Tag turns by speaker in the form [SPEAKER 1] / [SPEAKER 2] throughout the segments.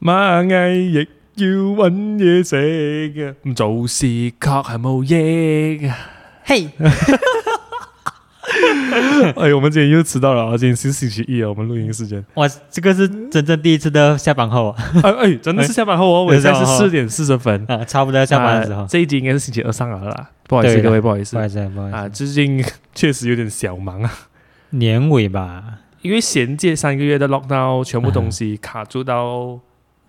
[SPEAKER 1] 蚂蚁亦要揾嘢食啊嘅，唔做事確係冇益啊！
[SPEAKER 2] 嘿，
[SPEAKER 1] 哎，我们今天又迟到了啊！今天是星期一啊，我们录音时间。
[SPEAKER 2] 哇，这个是真正第一次的下班后啊，
[SPEAKER 1] 哎哎，真的是下班后哦，我现在是
[SPEAKER 2] 下班后
[SPEAKER 1] 四点四十分，
[SPEAKER 2] 啊差不多要下班的时候
[SPEAKER 1] 啊。这一集应该是星期二上了啦，不好意思
[SPEAKER 2] 对的
[SPEAKER 1] 各位，不好意
[SPEAKER 2] 不好
[SPEAKER 1] 思
[SPEAKER 2] 意思，不好意思，
[SPEAKER 1] 啊，最近确实有点小忙啊，
[SPEAKER 2] 年尾吧，
[SPEAKER 1] 因为衔接三个月的 lockdown，全部东西卡住到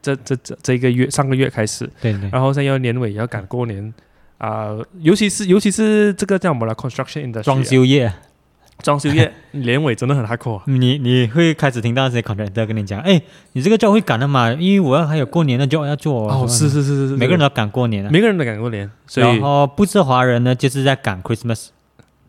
[SPEAKER 1] 这这这这个月上个月开始，
[SPEAKER 2] 对对，
[SPEAKER 1] 然后现在要年尾要赶过年啊、尤其是尤其是这个叫什么了，construction industry 啊
[SPEAKER 2] 装修业，
[SPEAKER 1] 装修业年尾真的很 hardcore 啊。
[SPEAKER 2] 你你会开始听到这些 contractor 跟你讲，哎，你这个 job 会赶的嘛，因为我要还有过年的 job 要做啊
[SPEAKER 1] 哦，是，是是是是，
[SPEAKER 2] 每个人都要赶过年啊。
[SPEAKER 1] 每个人都赶过年，所以
[SPEAKER 2] 然后不是华人呢，就是在赶 Christmas，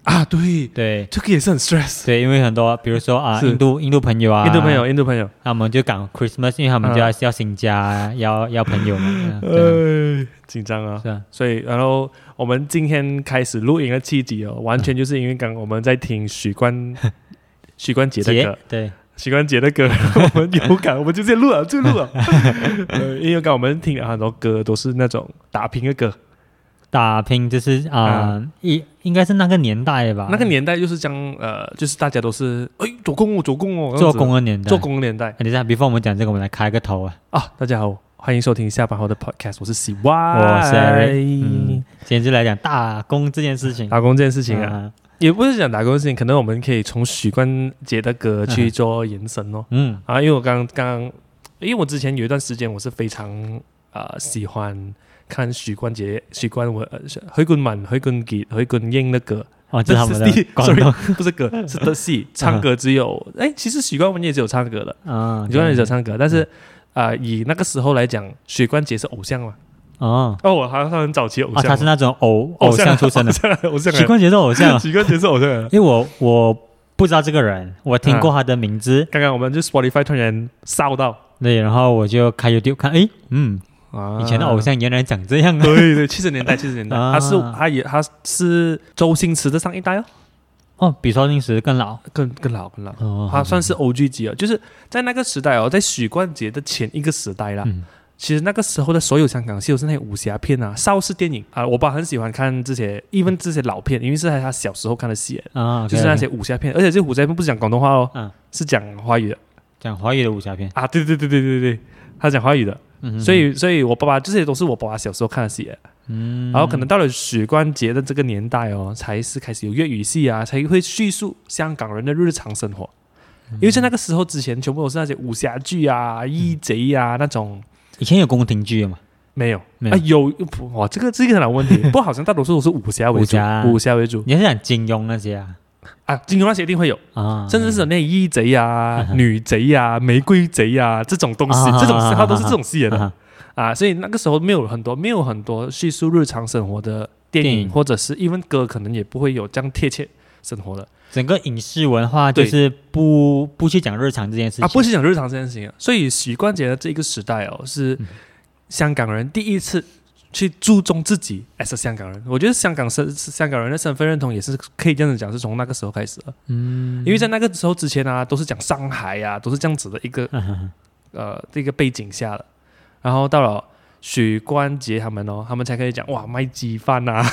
[SPEAKER 1] 啊，对，
[SPEAKER 2] 对
[SPEAKER 1] 这个也是很 stress。
[SPEAKER 2] 对，因为很多比如说啊，
[SPEAKER 1] 是
[SPEAKER 2] 印度印度朋友啊，
[SPEAKER 1] 印度朋友，印度啊朋友，
[SPEAKER 2] 他们就赶 Christmas，因为他们就要、要新家，要要朋 友嘛，嗯对啊
[SPEAKER 1] 哎，紧张啊！
[SPEAKER 2] 是啊，
[SPEAKER 1] 所以，然后我们今天开始录音的契机哦，完全就是因为刚我们在听 许冠许冠杰的歌
[SPEAKER 2] 节，对
[SPEAKER 1] 许冠杰 的歌，我们有感，我们就直接录了，就录了。呃，因为刚我们听了很多歌都是那种打拼的歌，
[SPEAKER 2] 打拼就是啊，一、应该是那个年代吧，
[SPEAKER 1] 嗯那个年代就是将呃，就是大家都是哎做工哦，做工哦，这样
[SPEAKER 2] 做
[SPEAKER 1] 子
[SPEAKER 2] 工的年代，
[SPEAKER 1] 做工的年代
[SPEAKER 2] 哎。等一下，before 我们讲这个，我们来开个头啊。
[SPEAKER 1] 啊！大家好，欢迎收听下班后的 podcast，我是喜
[SPEAKER 2] 我
[SPEAKER 1] 哇，
[SPEAKER 2] 是 Eric，嗯，今天就来讲打工这件事情。
[SPEAKER 1] 打工这件事情啊，
[SPEAKER 2] 啊，
[SPEAKER 1] 也不是讲打工的事情，可能我们可以从许冠杰的歌去做延伸哦。
[SPEAKER 2] 嗯，
[SPEAKER 1] 啊，因为我刚刚，因为我之前有一段时间我是非常呃喜欢看许冠杰、许冠文、呃许冠文、许冠杰、许冠英的歌，
[SPEAKER 2] 哦，这是他们
[SPEAKER 1] 是
[SPEAKER 2] 的
[SPEAKER 1] 第
[SPEAKER 2] 广 东
[SPEAKER 1] 不是歌，是 的戏，唱歌只有哎，其实许冠文也只有唱歌的，
[SPEAKER 2] 啊，
[SPEAKER 1] 许冠文也只有
[SPEAKER 2] 对
[SPEAKER 1] 唱歌，但是啊、呃以那个时候来讲，许冠杰是偶像嘛。
[SPEAKER 2] 哦，
[SPEAKER 1] 哦，我他他很早期偶
[SPEAKER 2] 啊，
[SPEAKER 1] 像嘛，
[SPEAKER 2] 他是那种偶
[SPEAKER 1] 偶
[SPEAKER 2] 偶像出身的，
[SPEAKER 1] 的，偶像
[SPEAKER 2] 许
[SPEAKER 1] 来
[SPEAKER 2] 冠杰是偶像
[SPEAKER 1] 的，
[SPEAKER 2] 啊，
[SPEAKER 1] 许冠杰是偶像来的。
[SPEAKER 2] 因为我我不知道这个人，我听过他的名字，
[SPEAKER 1] 刚刚我们就 Spotify 突然烧到
[SPEAKER 2] 对，然后我就开 YouTube 看，诶，嗯，
[SPEAKER 1] 啊
[SPEAKER 2] 以前的偶，像原来长这样啊，
[SPEAKER 1] 对对，七十年代七十年代，
[SPEAKER 2] 啊
[SPEAKER 1] 他是他也他是周星驰的上一代哦，
[SPEAKER 2] 哦，比周星驰更老，
[SPEAKER 1] 更更老更老，
[SPEAKER 2] 哦，
[SPEAKER 1] 他算是 O G 级了，就是在那个时代哦，在许冠杰的前一个时代啦。
[SPEAKER 2] 嗯
[SPEAKER 1] 其实那个时候的所有香港戏都是那些武侠片啊、邵氏电影啊，我爸很喜欢看这些，even 这些老片，因为是在他小时候看的戏，
[SPEAKER 2] 啊，
[SPEAKER 1] 就是
[SPEAKER 2] OK，OK
[SPEAKER 1] 那些武侠片，而且这武侠片不是讲广东话哦，
[SPEAKER 2] 嗯
[SPEAKER 1] 是讲华语的
[SPEAKER 2] 讲华语的武侠片，
[SPEAKER 1] 啊，对对对对对对，他讲华语的，
[SPEAKER 2] 嗯哼，
[SPEAKER 1] 所以所以我爸爸这些都是我爸爸小时候看的戏，
[SPEAKER 2] 嗯，
[SPEAKER 1] 然后可能到了许冠杰的这个年代哦，才是开始有粤语戏啊，才会叙述香港人的日常生活，
[SPEAKER 2] 嗯
[SPEAKER 1] 因为在那个时候之前，全部都是那些武侠剧啊、义贼啊那种。
[SPEAKER 2] 以前有宫廷剧啊的嘛，
[SPEAKER 1] 没有，
[SPEAKER 2] 没
[SPEAKER 1] 啊
[SPEAKER 2] 有，
[SPEAKER 1] 有不哇，这个这个很难 问题。不过好像大多数都是武侠为
[SPEAKER 2] 武
[SPEAKER 1] 主
[SPEAKER 2] 侠，啊
[SPEAKER 1] 武侠为主
[SPEAKER 2] 你还是讲金庸那些啊，
[SPEAKER 1] 啊。金庸那些一定会有，
[SPEAKER 2] 啊，
[SPEAKER 1] 甚至是有那些义 贼啊、
[SPEAKER 2] 嗯
[SPEAKER 1] 女贼啊、玫瑰贼啊这种东西
[SPEAKER 2] 啊，
[SPEAKER 1] 这种他都是这种戏来的。
[SPEAKER 2] 啊
[SPEAKER 1] 啊，所以那个时候没有很多没有很多叙述日常生活的电影，
[SPEAKER 2] 电影
[SPEAKER 1] 或者是英文歌，可能也不会有这样贴切生活的
[SPEAKER 2] 整个影视文化就是不不去讲日常这件事情
[SPEAKER 1] 啊，不是讲日常这件事情啊。所以许冠杰的这个时代哦，是
[SPEAKER 2] 嗯
[SPEAKER 1] 香港人第一次去注重自己 as a 香港人。我觉得香港身香港人的身份认同也是可以这样子讲，是从那个时候开始的。
[SPEAKER 2] 嗯，
[SPEAKER 1] 因为在那个时候之前啊，都是讲上海啊，都是这样子的一 个
[SPEAKER 2] 嗯哼
[SPEAKER 1] 呃这个背景下的，然后到了。许冠杰他们哦，他们才可以讲哇卖鸡饭 啊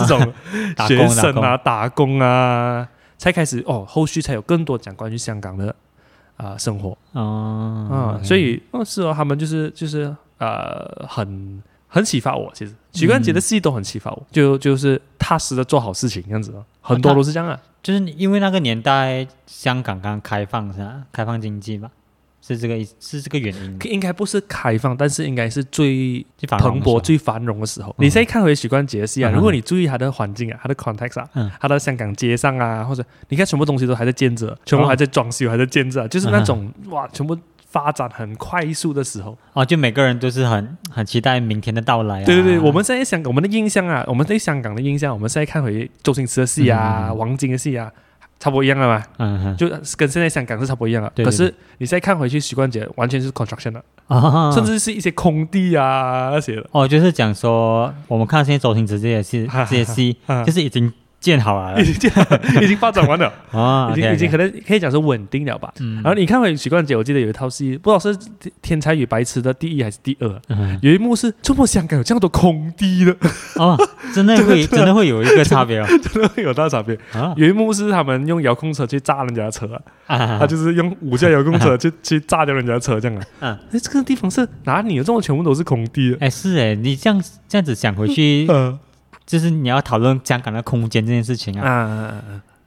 [SPEAKER 1] 这种
[SPEAKER 2] 打
[SPEAKER 1] 学
[SPEAKER 2] 工打
[SPEAKER 1] 生
[SPEAKER 2] 工
[SPEAKER 1] 啊、打工啊，才开始哦，后续才有更多讲关于香港的啊、生活啊、
[SPEAKER 2] 哦，
[SPEAKER 1] 所以哦是哦，他们就是就是呃很很启发我，其实许冠杰的戏都很启发我，就就是踏实的做好事情这样子嗯哦，很多
[SPEAKER 2] 他
[SPEAKER 1] 都是这样啊，
[SPEAKER 2] 就是因为那个年代香港刚开放是吧？开放经济嘛，是这个意是这个原因吗，
[SPEAKER 1] 应该不是开放，但是应该是最
[SPEAKER 2] 就繁荣
[SPEAKER 1] 蓬
[SPEAKER 2] 的
[SPEAKER 1] 勃、
[SPEAKER 2] 时
[SPEAKER 1] 最繁荣的时候。
[SPEAKER 2] 啊嗯
[SPEAKER 1] 你现在看回许冠杰的戏啊，
[SPEAKER 2] 嗯
[SPEAKER 1] 如果你注意他的环境啊，他的 context 啊，
[SPEAKER 2] 嗯
[SPEAKER 1] 他的香港街上啊，或者你看全部东西都还在建着，全
[SPEAKER 2] 哦
[SPEAKER 1] 部还在装修，还在建
[SPEAKER 2] 嗯
[SPEAKER 1] 着啊，就是那种哇，全部发展很快速的时候。
[SPEAKER 2] 候哦，就每个人都是很很期待明天的到来、啊。
[SPEAKER 1] 对对对，我们现在香港，我们的印象啊，我们对香港的印象，我们现在看回周星驰的戏啊，王晶的戏啊，差不多一样了嘛，
[SPEAKER 2] 嗯哼，
[SPEAKER 1] 就跟现在香港是差不多一样了。
[SPEAKER 2] 对对
[SPEAKER 1] 可是你现在看回去，许冠杰完全是 construction 的，
[SPEAKER 2] 哦
[SPEAKER 1] 啊甚至是一些空地啊那些的。
[SPEAKER 2] 哦，就是讲说我们看现在周星驰这些戏
[SPEAKER 1] 哈哈哈
[SPEAKER 2] 这些戏，
[SPEAKER 1] 啊
[SPEAKER 2] 就是已经建好了啦
[SPEAKER 1] 已经这样已经发展完了，
[SPEAKER 2] 啊，
[SPEAKER 1] 已经
[SPEAKER 2] OK，OK
[SPEAKER 1] 已经可能可以讲是稳定了吧。
[SPEAKER 2] 嗯，
[SPEAKER 1] 然后你看回许冠杰，我记得有一套戏，不知道是《天才与白痴》的第一还是第二，啊
[SPEAKER 2] 嗯
[SPEAKER 1] 有一幕是这么香港有这样多空地的，
[SPEAKER 2] 哦，真的会真的会有一个差别哦
[SPEAKER 1] 真的会有大场面。
[SPEAKER 2] 啊
[SPEAKER 1] 有一幕是他们用遥控车去炸人家的车、啊，
[SPEAKER 2] 啊
[SPEAKER 1] 他就是用五架遥控 车去去炸掉人家的车这样啊。
[SPEAKER 2] 嗯
[SPEAKER 1] 哎，这个地方是哪里有这种全部都是空地的？
[SPEAKER 2] 哎是哎，你这样这样子想回去，
[SPEAKER 1] 嗯
[SPEAKER 2] 就是你要讨论香港的空间这件事情啊。
[SPEAKER 1] 啊，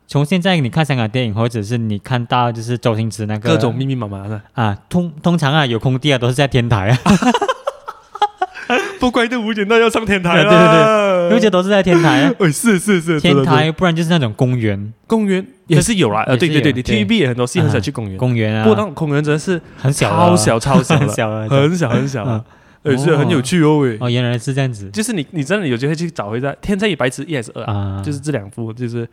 [SPEAKER 2] 从现在你看香港电影，或者是你看到就是周星驰那个
[SPEAKER 1] 各种密密麻麻 的，
[SPEAKER 2] 啊，通通常啊有空地啊都是在天台啊，
[SPEAKER 1] 不怪这无间道要上天台了。
[SPEAKER 2] 对对因为这都是在天台啊，
[SPEAKER 1] 哎，是是是， 对
[SPEAKER 2] 天
[SPEAKER 1] 对对
[SPEAKER 2] 台，不然就是那种公园，
[SPEAKER 1] 公园也是有啦，呃，对
[SPEAKER 2] 也是
[SPEAKER 1] 对
[SPEAKER 2] 有
[SPEAKER 1] 对，你
[SPEAKER 2] 对
[SPEAKER 1] TVB 也很多戏很少去公园，
[SPEAKER 2] 公园啊，
[SPEAKER 1] 不过那种公园真的是
[SPEAKER 2] 很小啊，
[SPEAKER 1] 超小超小
[SPEAKER 2] 很
[SPEAKER 1] 了，
[SPEAKER 2] 小了，
[SPEAKER 1] 很小很小了，而且很有趣哦喂。
[SPEAKER 2] 哦，原来是这样子
[SPEAKER 1] 就是你你真的有机会去找回在《天才与白痴》一还是二啊？
[SPEAKER 2] 啊，
[SPEAKER 1] 就是这两部，就是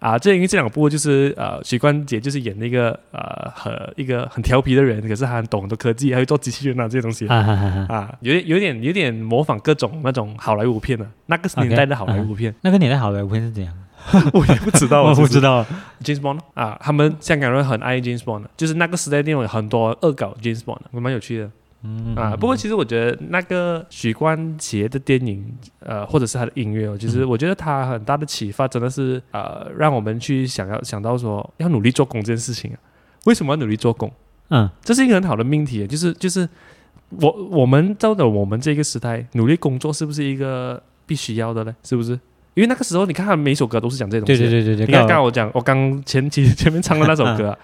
[SPEAKER 1] 啊，这因为这两部就是呃，许冠杰就是演那个呃很一个很调皮的人，可是他很懂得科技，还会做机器人啊这些东西啊
[SPEAKER 2] 啊哈哈哈。
[SPEAKER 1] 有点有点有点模仿各种那种好莱坞片啊，那个年代的好莱坞片
[SPEAKER 2] 那个年代好莱坞片是怎样？
[SPEAKER 1] 我也不知道啊，
[SPEAKER 2] 我不知
[SPEAKER 1] 道
[SPEAKER 2] 道
[SPEAKER 1] James Bond 啊，他们香港人很爱 James Bond，的就是那个时代电影有很多恶搞 James Bond，的蛮有趣的。
[SPEAKER 2] 嗯
[SPEAKER 1] 啊，不过其实我觉得那个许冠杰的电影，呃，或者是他的音乐哦，其
[SPEAKER 2] 嗯
[SPEAKER 1] 实我觉得他很大的启发真的是呃，让我们去想要想到说要努力做工这件事情啊。为什么要努力做工？
[SPEAKER 2] 嗯
[SPEAKER 1] 这是一个很好的命题，就是就是我我们到了我们这个时代，努力工作是不是一个必须要的呢？是不是？因为那个时候你看他每一首歌都是讲这种东
[SPEAKER 2] 对
[SPEAKER 1] 西
[SPEAKER 2] 对。对对对，
[SPEAKER 1] 你看刚刚我讲，我刚前期前面唱的那首歌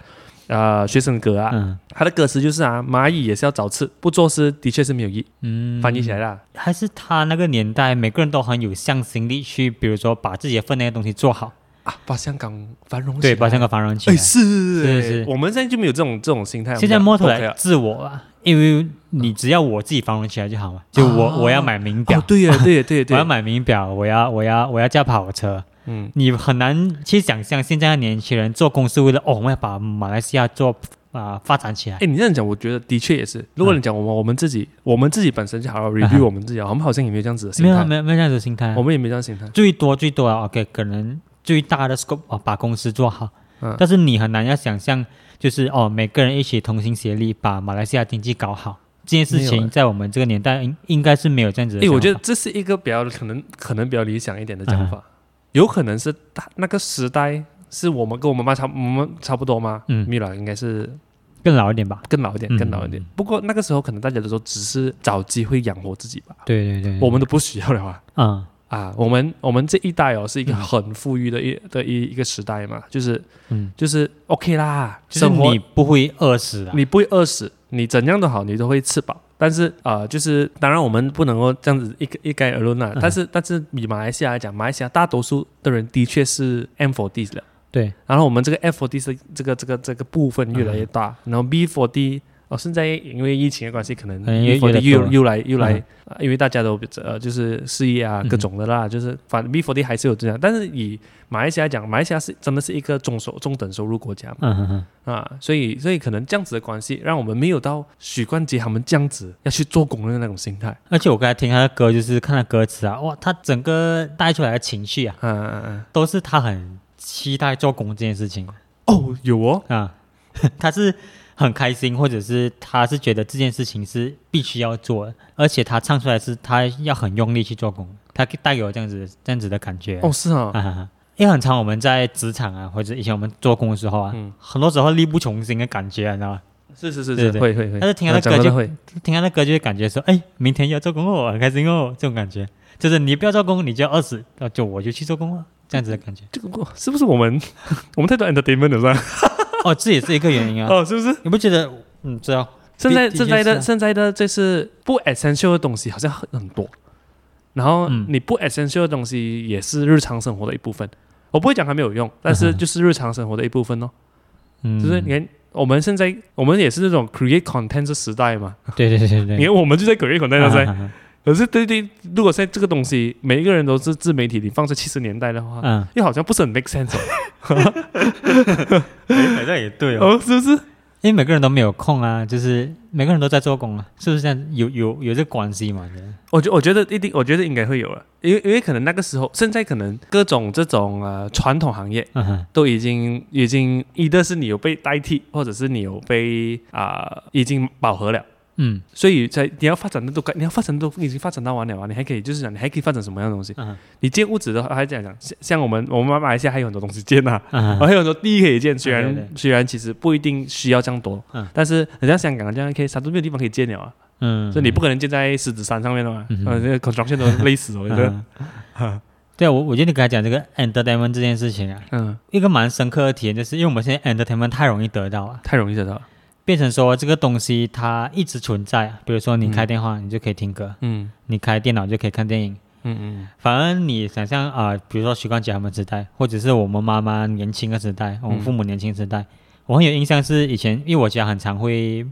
[SPEAKER 1] 啊、呃，学生歌啊，
[SPEAKER 2] 嗯
[SPEAKER 1] 他的歌词就是啊，蚂蚁也是要早吃，不作诗的确是没有意义。
[SPEAKER 2] 嗯
[SPEAKER 1] 翻译起来啦，
[SPEAKER 2] 还是他那个年代，每个人都很有向心力去，比如说把自己的份内的东西做好，
[SPEAKER 1] 啊，把香港繁荣起来
[SPEAKER 2] 对，把香港繁荣起
[SPEAKER 1] 哎
[SPEAKER 2] 来。
[SPEAKER 1] 是
[SPEAKER 2] 是
[SPEAKER 1] 哎
[SPEAKER 2] 是
[SPEAKER 1] 我们现在就没有这种这种心态。
[SPEAKER 2] 现在摸头
[SPEAKER 1] 我
[SPEAKER 2] 来
[SPEAKER 1] 们
[SPEAKER 2] 自我啊，因为你只要我自己繁荣起来就好嘛，就
[SPEAKER 1] 啊
[SPEAKER 2] 我我要买名
[SPEAKER 1] OK 了哦
[SPEAKER 2] 表，，
[SPEAKER 1] 对呀对呀对 呀
[SPEAKER 2] 我
[SPEAKER 1] 对
[SPEAKER 2] 要
[SPEAKER 1] 呀，
[SPEAKER 2] 买名表，我要我要我要驾跑车，
[SPEAKER 1] 嗯，
[SPEAKER 2] 你很难去想象现在的年轻人做工是为了哦，我们要把马来西亚做啊发展起来
[SPEAKER 1] 哎，你这样讲，我觉得的确也是。如果你讲我们我们自己，我们自己本身就好好 review 我们自己啊，我们好像也没有这样子的
[SPEAKER 2] 嗯
[SPEAKER 1] 心
[SPEAKER 2] 没有啊
[SPEAKER 1] 态，
[SPEAKER 2] 没有没有这样子的心态啊，
[SPEAKER 1] 我们也没这样心态。
[SPEAKER 2] 最多最多啊，OK，可能最大的 scope 啊，把公司做好。
[SPEAKER 1] 嗯
[SPEAKER 2] 但是你很难要想象，就是哦，每个人一起同心协力把马来西亚经济搞好这件事
[SPEAKER 1] 没有欸
[SPEAKER 2] 情，在我们这个年代应应该是没有这样子的
[SPEAKER 1] 哎，
[SPEAKER 2] 想法。啊
[SPEAKER 1] 我觉得这是一个比较可能可能比较理想一点的讲法，有可能是大那个时代是我们跟我们妈差我们差不多吗？
[SPEAKER 2] 嗯
[SPEAKER 1] 米拉应该是
[SPEAKER 2] 更老一点吧。
[SPEAKER 1] 更老一点，
[SPEAKER 2] 嗯
[SPEAKER 1] 更老一点。不过那个时候可能大家都说只是找机会养活自己吧，
[SPEAKER 2] 对对对，
[SPEAKER 1] 我们都不需要了啊。
[SPEAKER 2] 嗯
[SPEAKER 1] 啊，我们我们这一代哦，是一个很富裕的一、的一一个时代嘛，就是
[SPEAKER 2] 嗯，
[SPEAKER 1] 就是 OK 啦，
[SPEAKER 2] 就是
[SPEAKER 1] 生活
[SPEAKER 2] 你不会饿死啊的。
[SPEAKER 1] 你不会饿死，你怎样都好，你都会吃饱。但是呃，就是当然我们不能够这样子一概一概而论啦、
[SPEAKER 2] 嗯
[SPEAKER 1] 但是但是以马来西亚来讲，马来西亚大多数的人的确是 M for D 了，
[SPEAKER 2] 对，
[SPEAKER 1] 然后我们这个 F 4 D 是这个这个这个部分越来越大，然后 B 4 D 哦，现在因为疫情的关系，可能
[SPEAKER 2] 嗯可能
[SPEAKER 1] B
[SPEAKER 2] 越越来越多
[SPEAKER 1] 4 D 又
[SPEAKER 2] 了
[SPEAKER 1] 又来又来
[SPEAKER 2] 嗯，
[SPEAKER 1] 呃因为大家都呃就是事业啊
[SPEAKER 2] 嗯
[SPEAKER 1] 各种的啦，就是反正 B 4 D 还是有这样，但是以马来西亚讲，马来西亚是真的是一个中收中等收入国家嘛
[SPEAKER 2] 嗯哼哼，
[SPEAKER 1] 啊，所以所以可能这样子的关系，让我们没有到许冠杰他们这样子要去做工的那种心态
[SPEAKER 2] 而且我刚才听他的歌，就是看他歌词啊，哇，他整个带出来的情绪啊，
[SPEAKER 1] 啊啊啊
[SPEAKER 2] 都是他很期待做工这件事情。
[SPEAKER 1] 哦，有哦，
[SPEAKER 2] 啊， 他是很开心，或者是他是觉得这件事情是必须要做的，而且他唱出来是他要很用力去做工，他带给我这样子这样子的感觉。
[SPEAKER 1] 哦是啊，
[SPEAKER 2] 啊，因为很常我们在职场啊，或者以前我们做工的时候啊，
[SPEAKER 1] 嗯
[SPEAKER 2] 很多时候力不从心的感觉啊，你知道吗？
[SPEAKER 1] 是是是
[SPEAKER 2] 对
[SPEAKER 1] 是，
[SPEAKER 2] 对
[SPEAKER 1] 会会会，
[SPEAKER 2] 但是听他的
[SPEAKER 1] 啊讲
[SPEAKER 2] 歌
[SPEAKER 1] 真
[SPEAKER 2] 就
[SPEAKER 1] 会，
[SPEAKER 2] 听他的歌就会感觉说，哎，明天要做工哦，很开心哦，这种感觉，就是你不要做工，你就饿死，那就我就去做工了，这样子的感 觉。
[SPEAKER 1] 这个是不是我们 我们太多 entertainment 了是吧？
[SPEAKER 2] 哦，这也是一个原因啊，
[SPEAKER 1] 哦，是不是？
[SPEAKER 2] 你不觉得？嗯，知道。
[SPEAKER 1] 现在
[SPEAKER 2] 的
[SPEAKER 1] 现
[SPEAKER 2] 的
[SPEAKER 1] 在
[SPEAKER 2] 确是
[SPEAKER 1] 的
[SPEAKER 2] 啊
[SPEAKER 1] 现在的这是不 essential 的东西好像很很多，然后
[SPEAKER 2] 嗯
[SPEAKER 1] 你不 essential 的东西也是日常生活的一部分。我不会讲它没有用，但是
[SPEAKER 2] 嗯哼
[SPEAKER 1] 就是日常生活的一部分哦。
[SPEAKER 2] 嗯，
[SPEAKER 1] 就是你看，我们现在我们也是这种 create content 的时代嘛，
[SPEAKER 2] 对对对对对，
[SPEAKER 1] 你看我们就在 create content 的时代。
[SPEAKER 2] 啊啊
[SPEAKER 1] 可是对对，如果现在这个东西每一个人都是自媒体，你放在七十年代的
[SPEAKER 2] 啊
[SPEAKER 1] 话，
[SPEAKER 2] 嗯，
[SPEAKER 1] 又好像不是很 make sense 哦
[SPEAKER 2] 好像也对哦。
[SPEAKER 1] 哦，是不是？
[SPEAKER 2] 因为每个人都没有空啊，就是每个人都在做工啊，是不是这样？有有有这关系嘛？
[SPEAKER 1] 我觉我觉得一定，我觉得应该会有了，因为因为可能那个时候，现在可能各种这种呃传统行业
[SPEAKER 2] 嗯哼，
[SPEAKER 1] 都已经已经，一的是你有被代替，或者是你有被啊、已经饱和了。
[SPEAKER 2] 嗯
[SPEAKER 1] 所以在你要发展的都该，你要发展的都已经发展到完了啊，你还可以就是讲，你还可以发展什么样的东西？
[SPEAKER 2] 嗯
[SPEAKER 1] 你建屋子的话，还讲讲，像像我们我们马来西亚还有很多东西建呐、
[SPEAKER 2] 嗯
[SPEAKER 1] 还有很多地可以建，虽然、
[SPEAKER 2] 对对
[SPEAKER 1] 虽然其实不一定需要这样多，
[SPEAKER 2] 嗯
[SPEAKER 1] 但是人家香港这样可以啥都没有地方可以建了啊，
[SPEAKER 2] 嗯，
[SPEAKER 1] 所以你不可能建在狮子山上面的嘛，
[SPEAKER 2] 嗯哼
[SPEAKER 1] 呃，这个 construction 都累死我觉得，
[SPEAKER 2] 嗯对啊，我我觉得你刚才讲这个 entertainment 这件事情啊，
[SPEAKER 1] 嗯，
[SPEAKER 2] 一个蛮深刻的体验，就是因为我们现在 entertainment 太容易得到啊，
[SPEAKER 1] 太容易得到了，
[SPEAKER 2] 变成说这个东西它一直存在啊。比如说你
[SPEAKER 1] 嗯
[SPEAKER 2] 开电话，你就可以听歌；
[SPEAKER 1] 嗯
[SPEAKER 2] 你开电脑就可以看电影。
[SPEAKER 1] 嗯嗯
[SPEAKER 2] 反而你想象啊、比如说徐冠杰他们时代，或者是我们妈妈年轻的时代，我们
[SPEAKER 1] 嗯
[SPEAKER 2] 父母年轻时代，我很有印象是以前，因为我家很常会，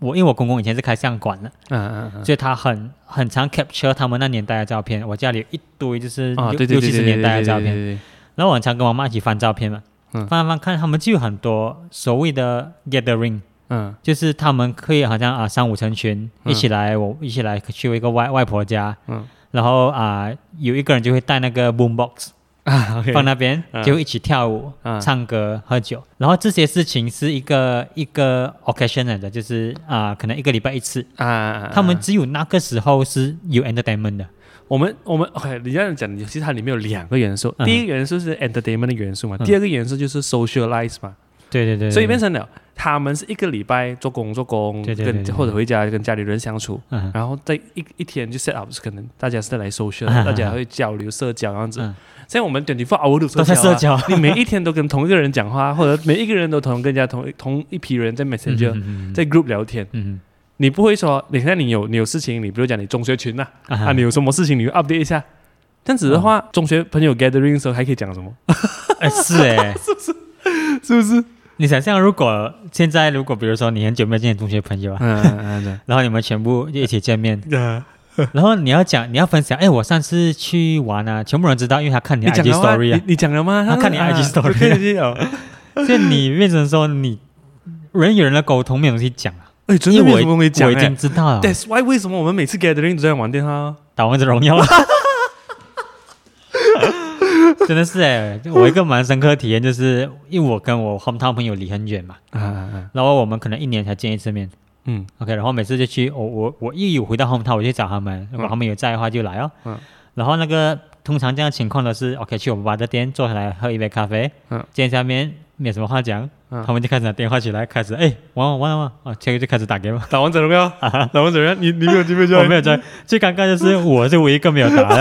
[SPEAKER 2] 我因为我公公以前是开相馆的，
[SPEAKER 1] 嗯嗯嗯
[SPEAKER 2] 所以他很很常 capture 他们那年代的照片。我家里有一堆就是
[SPEAKER 1] 嗯，啊，
[SPEAKER 2] 六
[SPEAKER 1] 对对
[SPEAKER 2] 六
[SPEAKER 1] 对
[SPEAKER 2] 七十
[SPEAKER 1] 对对对
[SPEAKER 2] 年代的
[SPEAKER 1] 对
[SPEAKER 2] 照片，
[SPEAKER 1] 对，
[SPEAKER 2] 然后我很常跟我妈一起翻照片嘛，
[SPEAKER 1] 嗯
[SPEAKER 2] 翻翻看，他们就有很多所谓的 gathering。
[SPEAKER 1] 嗯
[SPEAKER 2] 就是他们可以好像啊三五成群
[SPEAKER 1] 嗯
[SPEAKER 2] 一起来，我一起来去一个外外婆家，
[SPEAKER 1] 嗯
[SPEAKER 2] 然后啊有一个人就会带那个 boombox
[SPEAKER 1] 啊，OK，
[SPEAKER 2] 放那边，
[SPEAKER 1] 嗯
[SPEAKER 2] 就会一起跳舞、
[SPEAKER 1] 嗯
[SPEAKER 2] 唱歌、喝酒，然后这些事情是一个一个 occasion 来的，就是啊可能一个礼拜一次，
[SPEAKER 1] 啊啊，啊
[SPEAKER 2] 他们只有那个时候是有 entertainment 的，
[SPEAKER 1] 我们我们 OK，你这样讲，其实它里面有两个元素，
[SPEAKER 2] 嗯哼
[SPEAKER 1] 第一个元素是 entertainment 的元素嘛，
[SPEAKER 2] 嗯
[SPEAKER 1] 第二个元素就是 socialize 嘛，
[SPEAKER 2] 对对对，
[SPEAKER 1] 所以变
[SPEAKER 2] 变
[SPEAKER 1] 成了他们是一个礼拜做工做工，
[SPEAKER 2] 对对对对
[SPEAKER 1] 跟或者回家跟家里人相处，
[SPEAKER 2] 嗯
[SPEAKER 1] 然后在一一天就 set up，可能大家是来 social，、
[SPEAKER 2] 嗯
[SPEAKER 1] 大家会交流社交这样子。
[SPEAKER 2] 嗯
[SPEAKER 1] 现在我们 twenty four hour 都
[SPEAKER 2] 都在社交，
[SPEAKER 1] 啊你每一天都跟同一个人讲话，或者每一个人都同跟人家同同一批人在 messenger、
[SPEAKER 2] 嗯
[SPEAKER 1] 在 group 聊天，
[SPEAKER 2] 嗯
[SPEAKER 1] 你不会说，你看你有你有事情，你比如讲你中学群呐、
[SPEAKER 2] 啊
[SPEAKER 1] 啊，你有什么事情你就 update 一下。这样子的
[SPEAKER 2] 嗯
[SPEAKER 1] 话，中学朋友 gathering 的时候还可以讲什么？
[SPEAKER 2] 哎是 哎，
[SPEAKER 1] 是不是？
[SPEAKER 2] 你想象如果现在如果比如说你很久没有见你中学朋友啊，
[SPEAKER 1] 嗯 嗯
[SPEAKER 2] 然后你们全部一起见 面。
[SPEAKER 1] 嗯。
[SPEAKER 2] 然后你要讲，你要分享，哎，我上次去玩啊，全部人知道，因为他看你
[SPEAKER 1] 你
[SPEAKER 2] 的
[SPEAKER 1] 讲
[SPEAKER 2] IG
[SPEAKER 1] 了吗？
[SPEAKER 2] story
[SPEAKER 1] 你
[SPEAKER 2] 啊，
[SPEAKER 1] 你讲了吗？
[SPEAKER 2] 他看你 IG story 啊
[SPEAKER 1] 对对对哦
[SPEAKER 2] 所以你变成说你人与人的沟通没有东西讲啊，
[SPEAKER 1] 哎，真的
[SPEAKER 2] 因为
[SPEAKER 1] 没
[SPEAKER 2] 我
[SPEAKER 1] 什么东西讲
[SPEAKER 2] 我已
[SPEAKER 1] 哎
[SPEAKER 2] 经。知道了，
[SPEAKER 1] That's why 为什么我们每次 gathering 都在玩电话哦？
[SPEAKER 2] 打王者荣耀了， 真的是哎，我一个蛮深刻的体验就是，因为我跟我 hometown 朋友离很远嘛，
[SPEAKER 1] 啊啊啊！
[SPEAKER 2] 然后我们可能一年才见一次面
[SPEAKER 1] 嗯
[SPEAKER 2] ，OK，然后每次就去，我我我一有回到 hometown 我就找他们，如果他们有在的话就来哦，
[SPEAKER 1] 嗯
[SPEAKER 2] 然后那个通常这样情况都是 OK 去我们爸的店坐下来喝一杯咖啡，
[SPEAKER 1] 嗯
[SPEAKER 2] 见下面没有什么话讲，
[SPEAKER 1] 嗯
[SPEAKER 2] 他们就开始拿电话起来，开始哎玩玩玩玩玩，啊，这个就开始打给我，
[SPEAKER 1] 打王者荣耀，打王者荣耀，你啊哦你没有机会
[SPEAKER 2] 我没有在，最尴尬就是我是唯一一个没有打 的，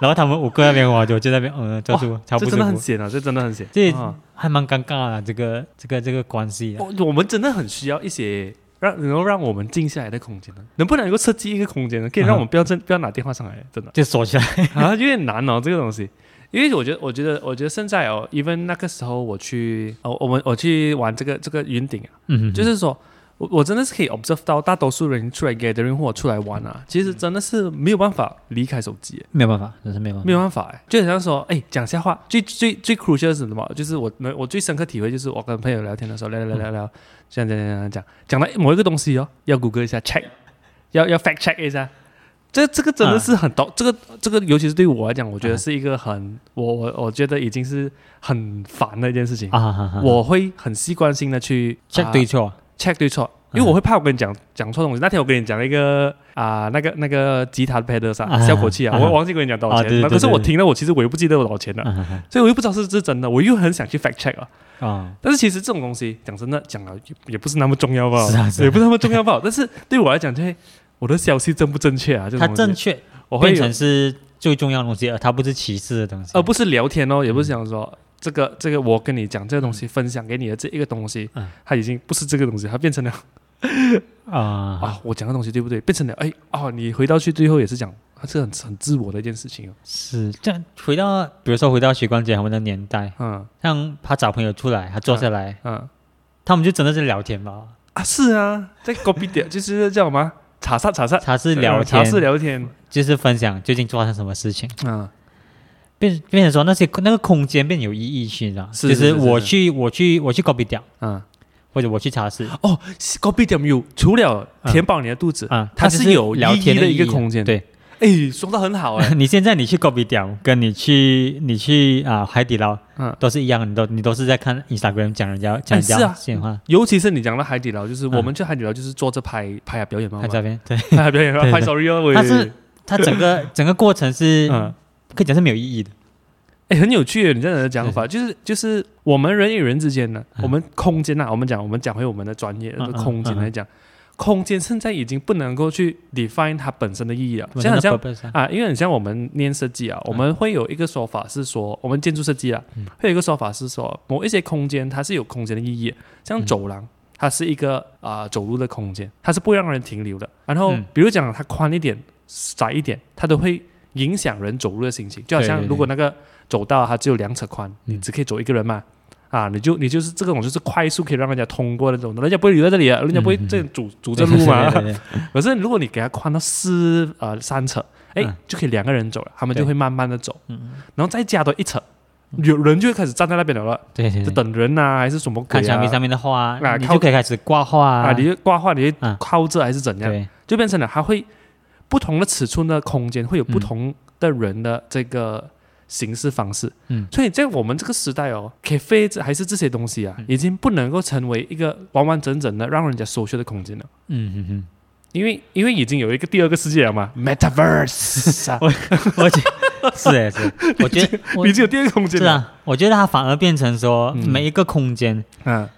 [SPEAKER 2] 然后他们五个那边玩，我就在那边嗯，就是我超
[SPEAKER 1] 这
[SPEAKER 2] 不舒
[SPEAKER 1] 真的很
[SPEAKER 2] 服，
[SPEAKER 1] 险啊！这真的很险。
[SPEAKER 2] 这
[SPEAKER 1] 啊
[SPEAKER 2] 还蛮尴尬啊的，这个这个这个关系啊，
[SPEAKER 1] 我我们真的很需要一些让能够让我们静下来的空间呢。啊能不能够设计一个空间呢，可以让我们不要真不要拿电话上来？真 的
[SPEAKER 2] 就锁起来，
[SPEAKER 1] 啊，有点难哦，这个东西。因为我觉得，我觉得，我觉得现在哦，even 那个时候我去，哦，我们我去玩这个这个云顶啊，
[SPEAKER 2] 嗯，
[SPEAKER 1] 就是说我我真的是可以 observe 到大多数人出来 gathering 或者出来玩啊，其实真的是没有办法离开手机，啊
[SPEAKER 2] 没有办法，真是没有办法
[SPEAKER 1] 没，有办法哎，就很像说哎讲下话，最最最 crucial 是什么？就是我能我最深刻体会就是我跟朋友聊天的时候聊聊聊聊聊，这样这样这样这样讲讲到某一个东西哦，要谷歌一下 check，要要 fact check 一下。这这个真的是很懂、这个这个，尤其是对我来讲，我觉得是一个很，我我我觉得已经是很烦的一件事情。
[SPEAKER 2] 啊哈哈哈，
[SPEAKER 1] 我会很习惯性的去
[SPEAKER 2] check
[SPEAKER 1] 啊
[SPEAKER 2] 对错
[SPEAKER 1] check 对错，
[SPEAKER 2] 嗯
[SPEAKER 1] 因为我会怕我跟你讲讲错东西。那天我跟你讲了一个啊、那个那个吉他的 pedal
[SPEAKER 2] 啊
[SPEAKER 1] 啥效果器啊，
[SPEAKER 2] 啊
[SPEAKER 1] 我忘记跟你讲多少
[SPEAKER 2] 啊对
[SPEAKER 1] 钱。
[SPEAKER 2] 对
[SPEAKER 1] 可是
[SPEAKER 2] 对
[SPEAKER 1] 我
[SPEAKER 2] 对
[SPEAKER 1] 听了，我其实我又不记得我多少钱了，
[SPEAKER 2] 啊哈哈
[SPEAKER 1] 所以我又不知道是不是真的，我又很想去 fact check 啊。
[SPEAKER 2] 啊，
[SPEAKER 1] 但是其实这种东西讲真的，讲了也也不是那么重要吧，
[SPEAKER 2] 是啊是啊
[SPEAKER 1] 也不是那么重要吧。但是对我来讲，就会我的消息正不正确啊？这种
[SPEAKER 2] 它
[SPEAKER 1] 东西
[SPEAKER 2] 正确
[SPEAKER 1] 我会
[SPEAKER 2] 变
[SPEAKER 1] 有
[SPEAKER 2] 成是最重要的东西，而它不是啊嗯歧视的东西，
[SPEAKER 1] 而不是聊天哦，也不是想说。这个这个，我跟你讲，这个东西分享给你的这一个东西，
[SPEAKER 2] 嗯
[SPEAKER 1] 它已经不是这个东西，它变成了
[SPEAKER 2] 啊，
[SPEAKER 1] 啊，我讲的东西对不对？变成了哎哦，你回到去最后也是讲，啊、这很很自我的一件事情哦。
[SPEAKER 2] 是这样。回到比如说回到许光杰他们的年代，
[SPEAKER 1] 嗯
[SPEAKER 2] 像他找朋友出来，他坐下来，
[SPEAKER 1] 嗯
[SPEAKER 2] 他们就真的是聊天吧，
[SPEAKER 1] 啊，是啊，在 copy 点 就是叫什么茶煞茶煞
[SPEAKER 2] 他是聊
[SPEAKER 1] 茶
[SPEAKER 2] 天，
[SPEAKER 1] 呃是聊天，
[SPEAKER 2] 就是分享究竟发生什么事情，
[SPEAKER 1] 嗯
[SPEAKER 2] 变变成说那些那个空间变有意义去，你知道吗？
[SPEAKER 1] 是
[SPEAKER 2] 就是
[SPEAKER 1] 是是
[SPEAKER 2] 我去我去我去 copy 掉，
[SPEAKER 1] 嗯
[SPEAKER 2] 或者我去茶室，
[SPEAKER 1] 哦，Go BDMU 除了填饱你的肚子，
[SPEAKER 2] 啊，
[SPEAKER 1] 呃它
[SPEAKER 2] 就是
[SPEAKER 1] 有
[SPEAKER 2] 聊
[SPEAKER 1] 意义
[SPEAKER 2] 天
[SPEAKER 1] 的一个
[SPEAKER 2] 意义啊
[SPEAKER 1] 空间
[SPEAKER 2] 对，
[SPEAKER 1] 哎，说的很 好哎，
[SPEAKER 2] 你现在你去 g o b i 点，跟你去你去啊海底捞
[SPEAKER 1] 嗯，
[SPEAKER 2] 都是一样，你都你都是在看 Instagram 讲人家讲
[SPEAKER 1] 哎
[SPEAKER 2] 人
[SPEAKER 1] 是
[SPEAKER 2] 家
[SPEAKER 1] 啊
[SPEAKER 2] 闲话，
[SPEAKER 1] 尤其是你讲到海底捞，就是
[SPEAKER 2] 嗯
[SPEAKER 1] 我们去海底捞就是坐着拍拍下表演嘛，
[SPEAKER 2] 拍照片，对，
[SPEAKER 1] 拍下表演，
[SPEAKER 2] 对对
[SPEAKER 1] 拍 sorry 哦，喂
[SPEAKER 2] 它是它整个整个过程是
[SPEAKER 1] 嗯
[SPEAKER 2] 可以讲是没有意义的，
[SPEAKER 1] 哎、很有趣耶，你这样的讲法，就是就是我们人与人之间呢，
[SPEAKER 2] 嗯
[SPEAKER 1] 我们空间呐、啊我们讲我们讲回我们的专业的
[SPEAKER 2] 嗯嗯
[SPEAKER 1] 空间
[SPEAKER 2] 嗯嗯
[SPEAKER 1] 来讲，空间现在已经不能够去 define 它本身的意义了，
[SPEAKER 2] 我
[SPEAKER 1] 像很
[SPEAKER 2] 真的
[SPEAKER 1] 像
[SPEAKER 2] purpose 上
[SPEAKER 1] 啊，因为很像我们念设计啊，我们会有一个说法是说，我们建筑设计啊，
[SPEAKER 2] 嗯
[SPEAKER 1] 会有一个说法是说，某一些空间它是有空间的意义，像
[SPEAKER 2] 嗯
[SPEAKER 1] 走廊。它是一个啊、走路的空间，它是不让人停留的。然后
[SPEAKER 2] 嗯
[SPEAKER 1] 比如讲它宽一点、窄一点，它都会影响人走路的心情。就好像
[SPEAKER 2] 对对
[SPEAKER 1] 如果那个走道它只有两尺宽，
[SPEAKER 2] 嗯
[SPEAKER 1] 你只可以走一个人嘛，啊，你就你就是这种就是快速可以让人家通过那种的，人家不会留在这里啊，人家不会
[SPEAKER 2] 嗯嗯嗯
[SPEAKER 1] 这样阻阻着路 嘛。
[SPEAKER 2] 对对对对
[SPEAKER 1] 可是如果你给它宽到四呃三尺，哎、
[SPEAKER 2] 嗯
[SPEAKER 1] 就可以两个人走了，他们
[SPEAKER 2] 对
[SPEAKER 1] 就会慢慢的走，
[SPEAKER 2] 嗯
[SPEAKER 1] 然后再加多一尺，有人就会开始站在那边了咯，
[SPEAKER 2] 对对
[SPEAKER 1] 就
[SPEAKER 2] 对对，
[SPEAKER 1] 等人呐、还是什么鬼
[SPEAKER 2] 看墙
[SPEAKER 1] 啊
[SPEAKER 2] 壁？上面的画
[SPEAKER 1] 啊，
[SPEAKER 2] 你
[SPEAKER 1] 靠
[SPEAKER 2] 就可以开始挂画
[SPEAKER 1] 啊，你就挂画，你就
[SPEAKER 2] 嗯
[SPEAKER 1] 靠着还是怎样？
[SPEAKER 2] 对
[SPEAKER 1] 就变成了它会不同的尺寸的空间会有不同的人的这个行事方式。
[SPEAKER 2] 嗯
[SPEAKER 1] 所以在我们这个时代哦，cafe 这还是这些东西啊，
[SPEAKER 2] 嗯
[SPEAKER 1] 已经不能够成为一个完完整整的让人家 social 的空间了。
[SPEAKER 2] 嗯嗯嗯。
[SPEAKER 1] 因为因为已经有一个第二个世界了嘛，Metaverse，、啊、
[SPEAKER 2] 我觉是哎、是，我觉得我
[SPEAKER 1] 哦已经有第二个空间
[SPEAKER 2] 是
[SPEAKER 1] 了。
[SPEAKER 2] 啊，我觉得它反而变成说，
[SPEAKER 1] 嗯
[SPEAKER 2] 每一个空间
[SPEAKER 1] 嗯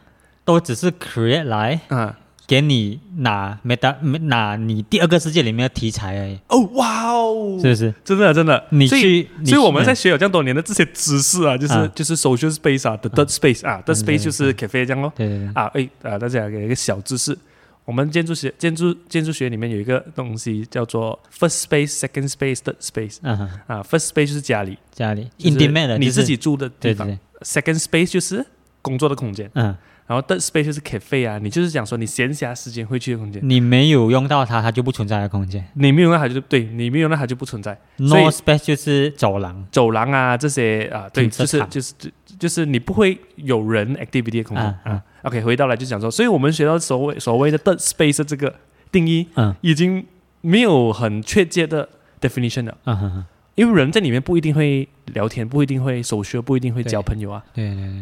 [SPEAKER 2] 都只是 create 来
[SPEAKER 1] 嗯，
[SPEAKER 2] 给你拿没达没拿你第二个世界里面的题材而已，
[SPEAKER 1] 哦哇哦，
[SPEAKER 2] 是不是？
[SPEAKER 1] 真的真的，
[SPEAKER 2] 你
[SPEAKER 1] 所以。
[SPEAKER 2] 去，你
[SPEAKER 1] 所以我
[SPEAKER 2] 去
[SPEAKER 1] 们在学有这样多年的这些知识啊，就是、
[SPEAKER 2] 啊
[SPEAKER 1] 就是 social space 啊，the third space 啊，third
[SPEAKER 2] 嗯对
[SPEAKER 1] space 就是 cafe 这样咯。
[SPEAKER 2] 对对对，
[SPEAKER 1] 啊，哎啊，大家给一个小知识，我们建筑学建筑建筑学里面有一个东西叫做 first space、second space、third space
[SPEAKER 2] 嗯哼，
[SPEAKER 1] 啊，first space 就是家里
[SPEAKER 2] 家里
[SPEAKER 1] 就是
[SPEAKER 2] intimate 的，
[SPEAKER 1] 你
[SPEAKER 2] 就是
[SPEAKER 1] 自己住的地
[SPEAKER 2] 对
[SPEAKER 1] 方
[SPEAKER 2] 对对，
[SPEAKER 1] ；second space 就是工作的空间，
[SPEAKER 2] 嗯，
[SPEAKER 1] 然后 third space 就是 cafe 啊，你就是讲说你闲暇时间会去的空间。
[SPEAKER 2] 你没有用到它，它就不存在的空间。
[SPEAKER 1] 你没有那它就对，你没有那它就不存在。所以
[SPEAKER 2] No space 就是走廊
[SPEAKER 1] 走廊啊这些啊，对，
[SPEAKER 2] 停车
[SPEAKER 1] 就是
[SPEAKER 2] 场
[SPEAKER 1] 就是就就是你不会有人 activity 的空间
[SPEAKER 2] 啊
[SPEAKER 1] 啊。OK，回到来就讲说，所以我们学到所谓所谓的 third space 的这个定义，
[SPEAKER 2] 嗯，
[SPEAKER 1] 已经没有很确切的 definition 了，
[SPEAKER 2] 嗯哼哼，
[SPEAKER 1] 因为人在里面不一定会聊天，不一定会手学，不一定会
[SPEAKER 2] 对
[SPEAKER 1] 交朋友啊，
[SPEAKER 2] 对对对，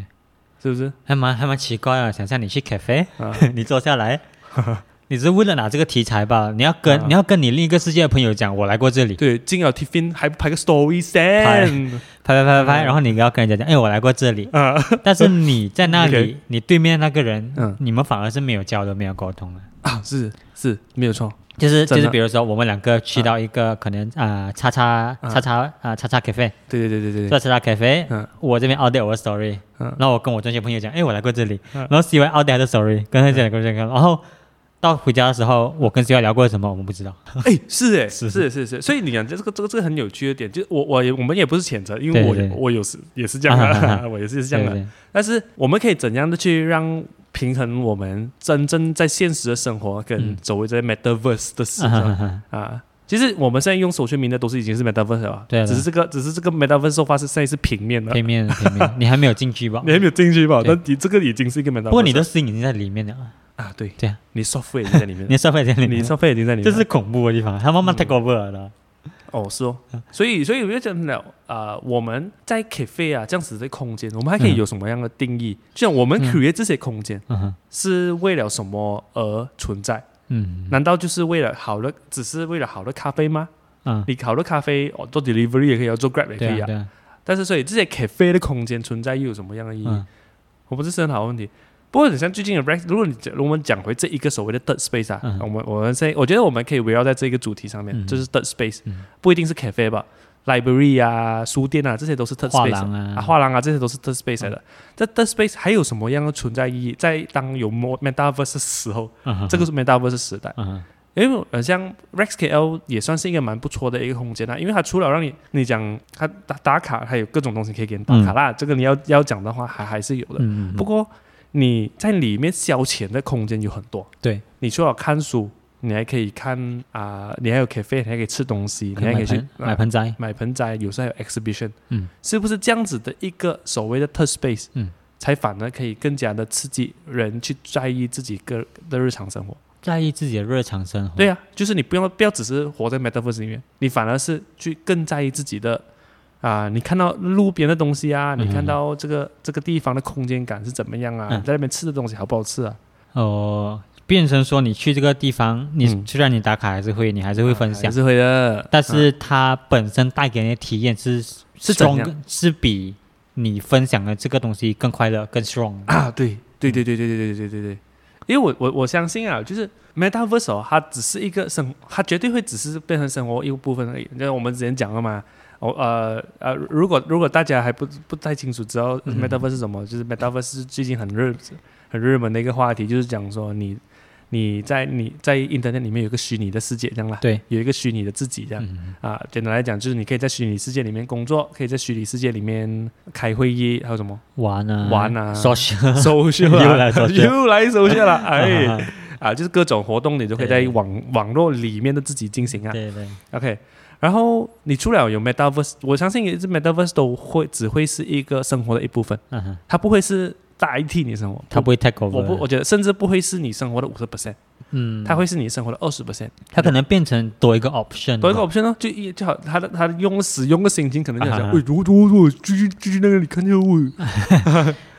[SPEAKER 1] 是不是？
[SPEAKER 2] 还蛮还蛮奇怪啊！想象你去 cafe，
[SPEAKER 1] 啊，
[SPEAKER 2] 你坐下 来，你是为了拿这个题材吧？你要跟、
[SPEAKER 1] 啊
[SPEAKER 2] 你要跟你另一个世界的朋友讲，我来过这里，
[SPEAKER 1] 对，进了 tiffin 还拍个 story send
[SPEAKER 2] 拍拍拍拍拍，
[SPEAKER 1] 嗯
[SPEAKER 2] 然后你要跟人家讲，哎，我来过这里。
[SPEAKER 1] 啊，
[SPEAKER 2] 但是你在那 里
[SPEAKER 1] OK
[SPEAKER 2] 你对面那个人，
[SPEAKER 1] 嗯
[SPEAKER 2] 你们反而是没有交流、没有沟通的。
[SPEAKER 1] 啊是是没有错，
[SPEAKER 2] 就是就
[SPEAKER 1] 真
[SPEAKER 2] 是，
[SPEAKER 1] 的
[SPEAKER 2] 比如说我们两个去到一个可能啊，叉叉
[SPEAKER 1] 啊
[SPEAKER 2] 叉叉啊，叉叉 cafe，
[SPEAKER 1] 对对对对对
[SPEAKER 2] 在叉叉 cafe，
[SPEAKER 1] 嗯
[SPEAKER 2] 我这边 out there 我的 story，
[SPEAKER 1] 嗯
[SPEAKER 2] 然后我跟我这些朋友讲，哎，我来过这里，
[SPEAKER 1] 嗯
[SPEAKER 2] 然后 CY out there 的 story，跟他讲跟这个，然后到回家的时候，我跟 CY 聊过什么，我们不知道。
[SPEAKER 1] 对，哎是哎是
[SPEAKER 2] 是
[SPEAKER 1] 是是是，所以你讲这个这个这个很有趣的点，就是我我也我们也不是谴责，因为
[SPEAKER 2] 对
[SPEAKER 1] 我
[SPEAKER 2] 对
[SPEAKER 1] 有我有时也是这样
[SPEAKER 2] 啊哈哈
[SPEAKER 1] 的， 我也是这样的，
[SPEAKER 2] 对对
[SPEAKER 1] 但是我们可以怎样的去让平衡我们真正在现实的生活跟
[SPEAKER 2] 嗯
[SPEAKER 1] 走为在 metaverse 的事
[SPEAKER 2] 啊哈哈
[SPEAKER 1] 上、
[SPEAKER 2] 哈
[SPEAKER 1] 啊？其实我们现在用手续名的都是已经是 metaverse 了吧，啊
[SPEAKER 2] 对了啊
[SPEAKER 1] 只是这个只是这个 metaverse 说话是现在是平面的，
[SPEAKER 2] 平面平面，你还没有进去吧
[SPEAKER 1] 你？ 还没有进去吧？
[SPEAKER 2] 对
[SPEAKER 1] 但你这个已经是一个 metaverse，
[SPEAKER 2] 不过你
[SPEAKER 1] 了
[SPEAKER 2] 的心已经在里面了，
[SPEAKER 1] 啊，对
[SPEAKER 2] 对啊，
[SPEAKER 1] 你 software 已经在里面
[SPEAKER 2] 你的消费在里
[SPEAKER 1] 了，你
[SPEAKER 2] 面了，
[SPEAKER 1] software 已经在里面
[SPEAKER 2] 这
[SPEAKER 1] 了，
[SPEAKER 2] 是恐怖的地方，它慢慢
[SPEAKER 1] 嗯
[SPEAKER 2] take over 了啦。
[SPEAKER 1] 哦，是哦，
[SPEAKER 2] 嗯
[SPEAKER 1] 所以所以我就讲了啊、呃我们在 cafe 啊这样子的空间，我们还可以
[SPEAKER 2] 嗯
[SPEAKER 1] 有什么样的定义？就像我们
[SPEAKER 2] 嗯
[SPEAKER 1] create 这些空间
[SPEAKER 2] 嗯哼
[SPEAKER 1] 是为了什么而存在？
[SPEAKER 2] 嗯
[SPEAKER 1] 难道就是为了好的，只是为了好的咖啡吗？
[SPEAKER 2] 嗯，
[SPEAKER 1] 你好的咖啡，哦，做 delivery 也可以啊，做 grab 也可
[SPEAKER 2] 对
[SPEAKER 1] 以
[SPEAKER 2] 啊
[SPEAKER 1] 啊。
[SPEAKER 2] 对啊，
[SPEAKER 1] 但是，所以这些 cafe 的空间存在又有什么样的意义？
[SPEAKER 2] 嗯
[SPEAKER 1] 我不是是很好的问题。不过，你像最近的 Rex，如果你讲如果我们讲回这一个所谓的 third space 啊，
[SPEAKER 2] 嗯
[SPEAKER 1] 我们我们现在我觉得我们可以围绕在这个主题上面，
[SPEAKER 2] 嗯
[SPEAKER 1] 就是 third space，、
[SPEAKER 2] 嗯
[SPEAKER 1] 不一定是 cafe 吧，library 啊、书店啊，这些都是 third
[SPEAKER 2] 画
[SPEAKER 1] space 啊
[SPEAKER 2] 廊啊嗯
[SPEAKER 1] 啊，，画廊啊，这些都是 third space 来的。这 third space 还有什么样的存在意义？在当有 more metaverse 的时候，这
[SPEAKER 2] 个
[SPEAKER 1] 个是 metaverse 时代。
[SPEAKER 2] 嗯
[SPEAKER 1] 因为呃，像 Rex KL 也算是一个蛮不错的一个空间啊，因为它除了让你你讲它打打卡，还有各种东西可以给你打卡啦，这个你要要讲的话还还是有的。
[SPEAKER 2] 嗯，
[SPEAKER 1] 不过你在里面消遣的空间有很多，
[SPEAKER 2] 对，
[SPEAKER 1] 你除了看书，你还可以看啊、你还有 cafe，你还可以吃东西，你还可以去
[SPEAKER 2] 买
[SPEAKER 1] 啊
[SPEAKER 2] 盆栽，
[SPEAKER 1] 买盆栽，有时候还有 exhibition，
[SPEAKER 2] 嗯，
[SPEAKER 1] 是不是这样子的一个所谓的 t o u c space，
[SPEAKER 2] 嗯，
[SPEAKER 1] 才反而可以更加的刺激人去在意自己个的日常生活。
[SPEAKER 2] 在意自己的日常生活。
[SPEAKER 1] 对呀、啊就是你不用不要只是活在 metaverse 里面，你反而是去更在意自己的啊、你看到路边的东西啊，你看到这个、这个地方的空间感是怎么样啊，
[SPEAKER 2] 嗯
[SPEAKER 1] 你在那边吃的东西好不好吃啊？
[SPEAKER 2] 哦，变成说你去这个地方，你、
[SPEAKER 1] 嗯
[SPEAKER 2] 虽然你打卡还是会，你还是会分
[SPEAKER 1] 啊也
[SPEAKER 2] 享，
[SPEAKER 1] 是会的，
[SPEAKER 2] 但是它本身带给你的体验是
[SPEAKER 1] 是怎
[SPEAKER 2] strong，
[SPEAKER 1] 样
[SPEAKER 2] 是比你分享的这个东西更快乐、更 strong 的。
[SPEAKER 1] 啊，对对对对对对对对对对，因为我我我相信啊，就是 metaverse 哦，它只是一个生，它绝对会只是变成生活一部分而已。就是我们之前讲了嘛，我、呃呃，如果如果大家还不不太清楚知道 metaverse 是什么，就是 metaverse 是最近很热很热门的一个话题，就是讲说你你在你在 internet 里面有个虚拟的世界这样啦，
[SPEAKER 2] 对，
[SPEAKER 1] 有一个虚拟的自己这样。
[SPEAKER 2] 嗯，
[SPEAKER 1] 啊，简单来讲，就是你可以在虚拟世界里面工作，可以在虚拟世界里面开会议，还有什么？
[SPEAKER 2] 玩啊，
[SPEAKER 1] 玩 啊
[SPEAKER 2] social，
[SPEAKER 1] 手秀啊
[SPEAKER 2] 又来手秀，
[SPEAKER 1] 又来手秀了，哎 啊，就是各种活动你都可以在
[SPEAKER 2] 对
[SPEAKER 1] 网网络里面的自己进行啊。
[SPEAKER 2] 对对，
[SPEAKER 1] OK，然后你除了有 Metaverse，我相信也是 Metaverse 都会只会是一个生活的一部分，
[SPEAKER 2] 嗯哼，
[SPEAKER 1] 它不会是代替你生活，
[SPEAKER 2] 他不会 take
[SPEAKER 1] 我
[SPEAKER 2] over，
[SPEAKER 1] 不，我觉得甚至不会是你生活的五十 percent，
[SPEAKER 2] 嗯，
[SPEAKER 1] 它会是你生活的二十 percent。
[SPEAKER 2] 他可能变成多一个 option，
[SPEAKER 1] 多一个 option 呢，就一就好，他的他的用使用的心情可能就
[SPEAKER 2] 啊
[SPEAKER 1] 想，
[SPEAKER 2] 哈
[SPEAKER 1] 喂，如如如，继续继续那个，你看见我，